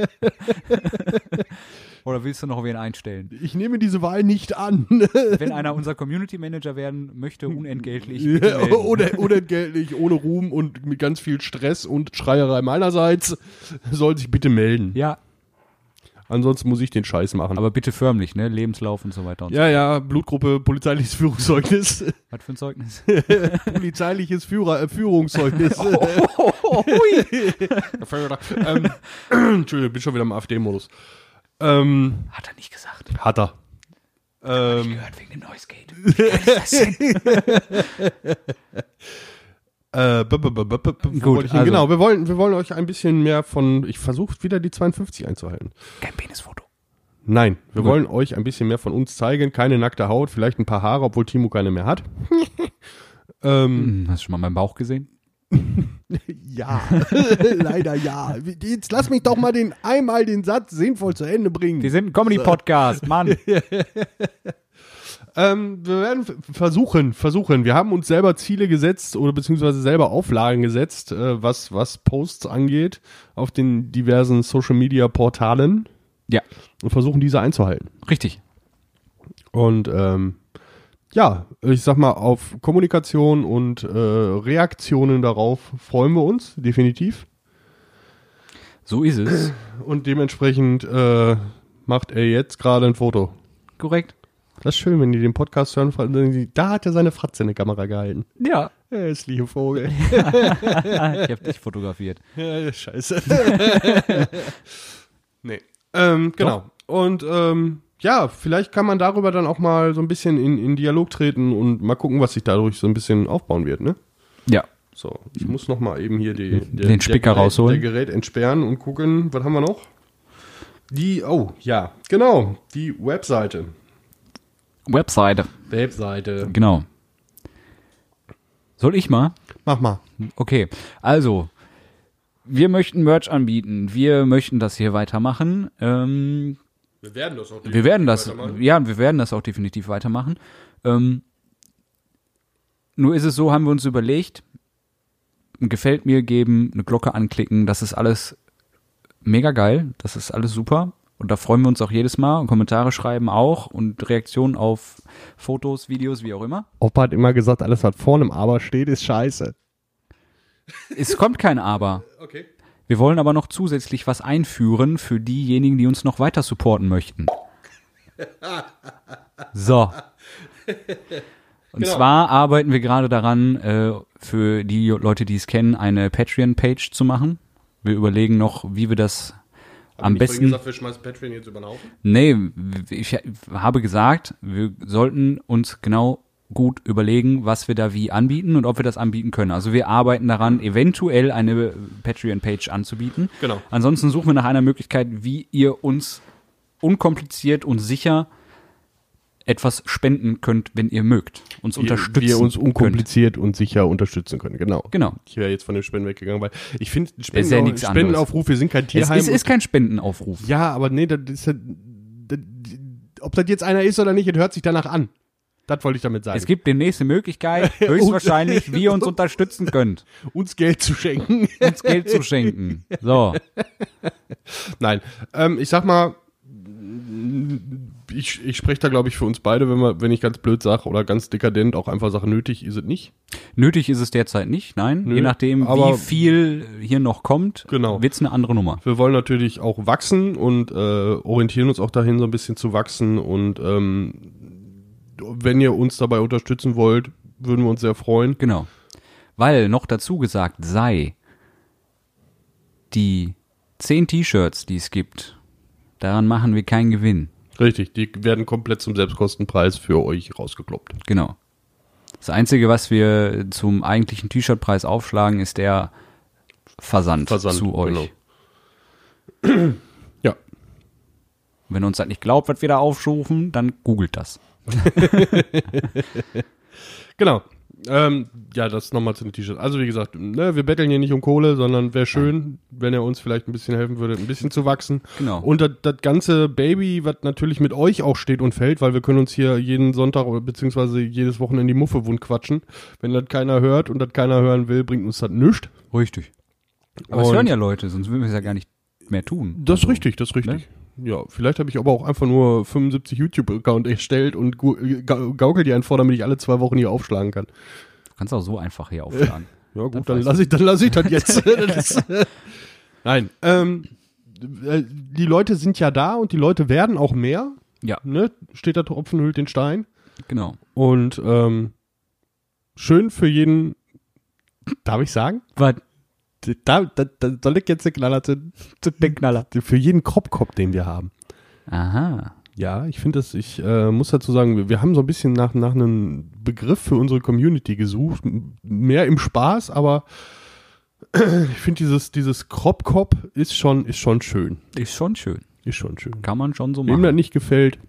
Speaker 3: Oder willst du noch wen einstellen?
Speaker 1: Ich nehme diese Wahl nicht an.
Speaker 3: Wenn einer unser Community Manager werden möchte, unentgeltlich. bitte melden.
Speaker 1: Ohne, unentgeltlich, ohne Ruhm und mit ganz viel Stress und Schreierei meinerseits. Soll sich bitte melden.
Speaker 3: Ja,
Speaker 1: Ansonsten muss ich den Scheiß machen.
Speaker 3: aber bitte förmlich, ne? Lebenslauf und so weiter und
Speaker 1: ja, ja, Blutgruppe, polizeiliches Führungszeugnis.
Speaker 3: so. Was für ein Zeugnis?
Speaker 1: polizeiliches Führer, äh, Führungszeugnis. ähm, Entschuldigung, bin schon wieder im AfD-Modus. Ähm,
Speaker 3: Hat er nicht gesagt.
Speaker 1: hat er. Ähm,
Speaker 3: Gehört wegen dem Noise Gate. Wie geil ist das denn?
Speaker 1: Äh, b- b- b- b- b- wo wollte ich hin?
Speaker 3: also-
Speaker 1: Genau, wir wollen, wir wollen euch ein bisschen mehr von. Ich versuche wieder die 52 einzuhalten.
Speaker 3: Kein Penisfoto.
Speaker 1: Nein, wir
Speaker 3: Gut.
Speaker 1: wollen euch ein bisschen mehr von uns zeigen. Keine nackte Haut, vielleicht ein paar Haare, obwohl Timo keine mehr hat. ähm,
Speaker 3: Hm, Hast du schon mal meinen Bauch gesehen?
Speaker 1: ja, leider ja. Jetzt lass mich doch mal den einmal den Satz sinnvoll zu Ende
Speaker 3: Wir
Speaker 1: bringen.
Speaker 3: sind ein Comedy-Podcast, Mann.
Speaker 1: Ähm, wir werden f- versuchen, versuchen. Wir haben uns selber Ziele gesetzt oder beziehungsweise selber Auflagen gesetzt, äh, was, was Posts angeht auf den diversen Social Media Portalen.
Speaker 3: Ja,
Speaker 1: und versuchen diese einzuhalten.
Speaker 3: richtig.
Speaker 1: Und ähm, ja, ich sag mal, auf Kommunikation und äh, Reaktionen darauf freuen wir uns, definitiv.
Speaker 3: So ist es.
Speaker 1: Und dementsprechend äh, macht er jetzt gerade ein Foto.
Speaker 3: Korrekt.
Speaker 1: Das ist schön, wenn die den Podcast hören, fragen sie, da hat er seine Fratze in die Kamera gehalten.
Speaker 3: Ja,
Speaker 1: Hässliche Vogel.
Speaker 3: ich habe dich fotografiert.
Speaker 1: Ja, scheiße. nee. Ähm, genau. Und ähm, ja, vielleicht kann man darüber dann auch mal so ein bisschen in, in Dialog treten und mal gucken, was sich dadurch so ein bisschen aufbauen wird, ne?
Speaker 3: Ja.
Speaker 1: So, ich muss noch mal eben hier die, der-
Speaker 3: Den Spicker
Speaker 1: der Gerät,
Speaker 3: rausholen.
Speaker 1: Der Gerät entsperren und gucken, was haben wir noch? Die, oh, ja, genau, die Webseite.
Speaker 3: Webseite.
Speaker 1: Webseite.
Speaker 3: Genau. Soll ich mal?
Speaker 1: Mach mal.
Speaker 3: Okay, also wir möchten Merch anbieten. Wir möchten das hier weitermachen. Ähm,
Speaker 1: Wir werden das auch
Speaker 3: wir werden das, ja, wir werden das auch definitiv weitermachen. Ähm, nur ist es so, haben wir uns überlegt, ein gefällt mir geben, eine Glocke anklicken, das ist alles mega geil, das ist alles super. Und da freuen wir uns auch jedes Mal und Kommentare schreiben auch und Reaktionen auf Fotos, Videos, wie auch immer.
Speaker 1: Opa hat immer gesagt, alles, was vorne im Aber steht, ist scheiße.
Speaker 3: Es kommt kein Aber.
Speaker 1: Okay.
Speaker 3: Wir wollen aber noch zusätzlich was einführen für diejenigen, die uns noch weiter supporten möchten. So. Und zwar arbeiten wir gerade daran, äh, für die Leute, die es kennen, eine Patreon-Page zu machen. Wir überlegen noch, wie wir das am besten.
Speaker 1: wir schmeißen Patreon jetzt über den Haufen.
Speaker 3: Nee, ich habe gesagt, wir sollten uns genau gut überlegen, was wir da wie anbieten und ob wir das anbieten können. Also wir arbeiten daran, eventuell eine Patreon-Page anzubieten.
Speaker 1: Genau.
Speaker 3: Ansonsten suchen wir nach einer Möglichkeit, wie ihr uns unkompliziert und sicher etwas spenden könnt, wenn ihr mögt. Uns unterstützen
Speaker 1: wir uns
Speaker 3: könnt.
Speaker 1: unkompliziert und sicher unterstützen können, genau.
Speaker 3: Genau.
Speaker 1: Ich wäre jetzt von den Spenden weggegangen, weil ich finde,
Speaker 3: ist ja nichts anderes.
Speaker 1: Spendenaufrufe sind kein
Speaker 3: Es
Speaker 1: Tierheim.
Speaker 3: ist, ist kein Spendenaufruf.
Speaker 1: ja, aber nee, das ist ja, das, ob das jetzt einer ist oder nicht, das hört sich danach an. Das wollte ich damit sagen.
Speaker 3: Es gibt die nächste Möglichkeit, höchstwahrscheinlich, wie ihr uns unterstützen könnt,
Speaker 1: uns Geld zu schenken.
Speaker 3: uns Geld zu schenken. So.
Speaker 1: Nein, ähm, ich sag mal, ich, ich spreche da, glaube ich, für uns beide, wenn, wir, wenn ich ganz blöd sage oder ganz dekadent auch einfach sage, nötig ist es nicht.
Speaker 3: Nötig ist es derzeit nicht, nein.
Speaker 1: Nö,
Speaker 3: Je nachdem,
Speaker 1: aber-
Speaker 3: wie viel hier noch kommt,
Speaker 1: Genau.
Speaker 3: wird's eine andere Nummer.
Speaker 1: Wir wollen natürlich auch wachsen und äh, orientieren uns auch dahin, so ein bisschen zu wachsen. Und ähm, wenn ihr uns dabei unterstützen wollt, würden wir uns sehr freuen.
Speaker 3: Genau. Weil noch dazu gesagt sei, die zehn T-Shirts, die es gibt, daran machen wir keinen Gewinn.
Speaker 1: Richtig, die werden komplett zum Selbstkostenpreis für euch rausgekloppt.
Speaker 3: Genau. Das Einzige, was wir zum eigentlichen T-Shirt-Preis aufschlagen, ist der Versand,
Speaker 1: Versand,
Speaker 3: zu euch.
Speaker 1: genau. Ja,
Speaker 3: Wenn ihr uns das nicht glaubt, was wir da aufrufen, dann googelt das.
Speaker 1: Genau. Ähm, ja, das nochmal zu den T-Shirts. Also wie gesagt, ne, wir betteln hier nicht um Kohle, sondern wäre schön, wenn er uns vielleicht ein bisschen helfen würde, ein bisschen zu wachsen.
Speaker 3: Genau.
Speaker 1: Und das- das ganze Baby, was natürlich mit euch auch steht und fällt, weil wir können uns hier jeden Sonntag oder beziehungsweise jedes Wochenende in die Muffe wund quatschen. Wenn das keiner hört und das keiner hören will, bringt uns das nichts.
Speaker 3: Richtig. Aber es
Speaker 1: Und-
Speaker 3: hören ja Leute, sonst würden wir es ja gar nicht mehr tun.
Speaker 1: Das ist richtig, das ist richtig. Ja, vielleicht habe ich aber auch einfach nur 75 YouTube-Account erstellt und gu- ga- gaukel die einen vor, damit ich alle zwei Wochen hier aufschlagen kann.
Speaker 3: Du kannst auch so einfach hier aufschlagen.
Speaker 1: Ja gut,
Speaker 3: weiß
Speaker 1: dann lasse ich, dann lass ich das jetzt. das, ist- äh, Nein, ähm, äh, die Leute sind ja da und die Leute werden auch mehr.
Speaker 3: ja,
Speaker 1: Ne? Steht da Tropfen hüllt den Stein.
Speaker 3: genau.
Speaker 1: Und ähm, schön für jeden. Darf ich sagen?
Speaker 3: Was?
Speaker 1: Da, da, da soll ich jetzt den Knaller zu, zu den Knaller. Für jeden Kropkopf, den wir haben.
Speaker 3: Aha.
Speaker 1: Ja, ich finde das, ich äh, muss dazu sagen, wir, wir haben so ein bisschen nach, nach einem Begriff für unsere Community gesucht. M- Mehr im Spaß, aber ich finde dieses, dieses Crop-Cop ist schon, ist schon schön.
Speaker 3: Ist schon schön.
Speaker 1: Ist schon schön.
Speaker 3: Kann man schon so
Speaker 1: Wem das
Speaker 3: machen.
Speaker 1: nicht gefällt,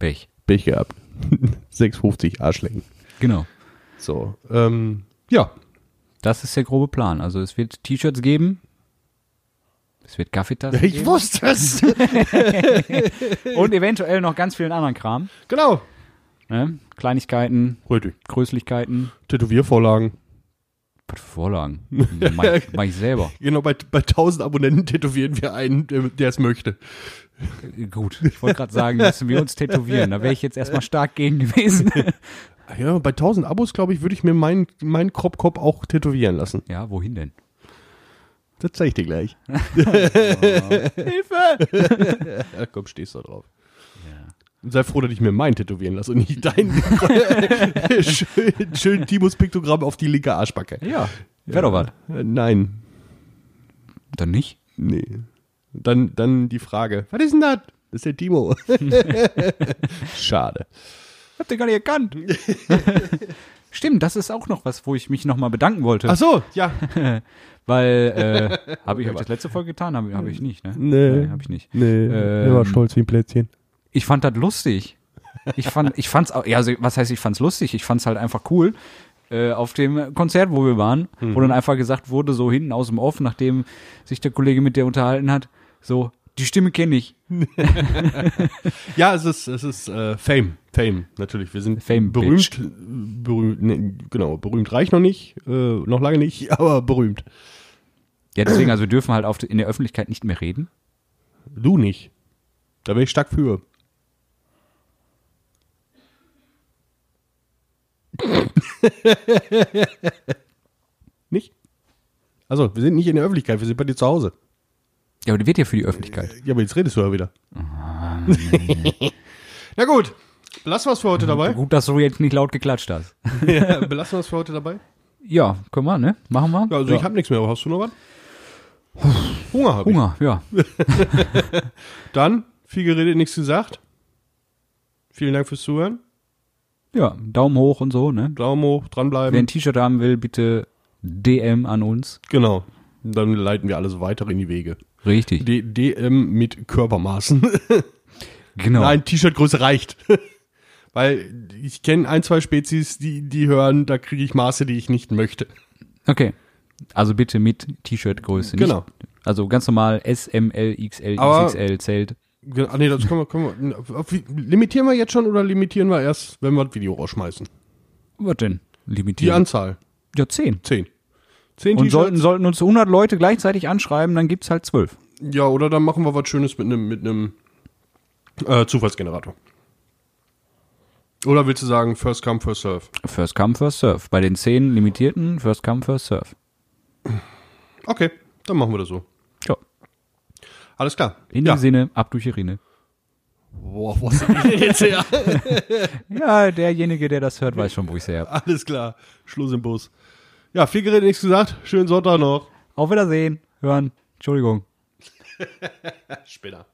Speaker 3: Pech.
Speaker 1: Pech gehabt. 6,50 Arschlecken.
Speaker 3: Genau.
Speaker 1: So, ähm, ja,
Speaker 3: Das ist der grobe Plan. Also es wird T-Shirts geben. Es wird Kaffeetassen
Speaker 1: ich
Speaker 3: geben.
Speaker 1: wusste es.
Speaker 3: Und eventuell noch ganz vielen anderen Kram.
Speaker 1: genau.
Speaker 3: Ne? Kleinigkeiten,
Speaker 1: Richtig.
Speaker 3: Größlichkeiten.
Speaker 1: Tätowiervorlagen.
Speaker 3: Was für Vorlagen. Mach ich, mach ich selber.
Speaker 1: Genau, bei, bei 1000 Abonnenten tätowieren wir einen, der der es möchte.
Speaker 3: Gut, ich wollte gerade sagen, müssen wir uns tätowieren. Da wäre ich jetzt erstmal stark gegen gewesen.
Speaker 1: Ja, bei 1000 Abos, glaube ich, würde ich mir meinen mein Crop-Cop auch tätowieren lassen.
Speaker 3: Ja, wohin denn?
Speaker 1: Das zeige ich dir gleich. Hilfe! ja, komm, stehst du drauf. Und sei froh, dass ich mir meinen tätowieren lasse und nicht deinen. schön, schön Timos Piktogramm auf die linke Arschbacke.
Speaker 3: Ja, wäre doch was.
Speaker 1: Äh, Nein,
Speaker 3: Dann nicht?
Speaker 1: nee. Dann, dann die Frage, was ist denn das? Das ist der Timo. Schade.
Speaker 3: Habt ihr gar nicht erkannt. Stimmt, das ist auch noch was, wo ich mich nochmal bedanken wollte.
Speaker 1: Ach so, ja.
Speaker 3: Weil, äh, habe ich, hab ich das letzte Folge getan? Habe hab ich nicht, ne?
Speaker 4: Nee.
Speaker 3: Nein, habe ich nicht.
Speaker 4: Nee,
Speaker 3: Ähm.
Speaker 4: der war stolz wie ein Plätzchen.
Speaker 3: Ich fand das lustig. Ich fand, ich fand's auch, ja, also, was heißt, ich fand's lustig? Ich fand's halt einfach cool. Äh, auf dem Konzert, wo wir waren, wo dann einfach gesagt wurde, so hinten aus dem Off, nachdem sich der Kollege mit dir unterhalten hat, so, die Stimme kenne ich.
Speaker 1: Ja, es ist, es ist äh, Fame. Fame, natürlich. Wir sind
Speaker 3: Fame,
Speaker 1: berühmt, äh, berühmt nee, genau, berühmt reich noch nicht, äh, noch lange nicht, aber berühmt.
Speaker 3: Ja, deswegen, also wir dürfen halt auf, in der Öffentlichkeit nicht mehr reden.
Speaker 1: Du nicht. Da bin ich stark für. nicht? Also, wir sind nicht in der Öffentlichkeit, wir sind bei dir zu Hause.
Speaker 3: Ja, aber die wird ja für die Öffentlichkeit.
Speaker 1: Ja, aber jetzt redest du ja wieder.
Speaker 3: Ah,
Speaker 1: Na gut, belassen wir es für heute dabei.
Speaker 3: Gut, dass du jetzt nicht laut geklatscht hast.
Speaker 1: ja, belassen wir es für heute dabei.
Speaker 3: Ja, können wir, ne? Machen wir.
Speaker 1: Ja, also ich habe nichts mehr, aber hast du noch was? Hunger habe ich.
Speaker 3: Hunger, ja.
Speaker 1: Dann, viel geredet, nichts gesagt. Vielen Dank fürs Zuhören.
Speaker 3: Ja, Daumen hoch und so, ne?
Speaker 1: Daumen hoch, dranbleiben.
Speaker 3: Wer ein T-Shirt haben will, bitte DM an uns.
Speaker 1: Genau. Dann leiten wir alles weiter in die Wege.
Speaker 3: Richtig.
Speaker 1: D DM mit Körpermaßen.
Speaker 3: Genau.
Speaker 1: Nein, T-Shirt-Größe reicht. Weil ich kenne ein, zwei Spezies, die, die hören, da kriege ich Maße, die ich nicht möchte.
Speaker 3: Okay. Also bitte mit T-Shirt-Größe. nicht-
Speaker 1: Genau.
Speaker 3: Also ganz normal S, M, L, X, L,
Speaker 1: Aber-
Speaker 3: XXL zählt.
Speaker 1: Ge- Ah, nee, das können wir, können wir. auf- wie- Limitieren wir jetzt schon oder limitieren wir erst, wenn wir das Video rausschmeißen?
Speaker 3: Was denn?
Speaker 1: Die
Speaker 3: Limitiert.
Speaker 1: Anzahl.
Speaker 3: Ja, 10.
Speaker 1: Zehn. Zehn
Speaker 3: Und
Speaker 1: T-Shirts.
Speaker 3: sollten, sollten uns 100 Leute gleichzeitig anschreiben, dann gibt's halt 12.
Speaker 1: Ja, oder dann machen wir was Schönes mit einem mit einem äh, Zufallsgenerator. Oder willst du sagen, first come, first serve?
Speaker 3: First come, first serve. Bei den 10 limitierten, first come, first serve.
Speaker 1: Okay, dann machen wir das so.
Speaker 3: Ja.
Speaker 1: Alles klar.
Speaker 3: In
Speaker 1: ja.
Speaker 3: dem Sinne, ab durch die Rine.
Speaker 1: Boah, was ist denn jetzt her?
Speaker 3: Ja, derjenige, der das hört, weiß schon, wo ich her habe.
Speaker 1: Alles klar. Schluss im Bus. Ja, viel geredet, nichts gesagt. Schönen Sonntag noch.
Speaker 3: Auf Wiedersehen, hören. Entschuldigung.
Speaker 1: Später.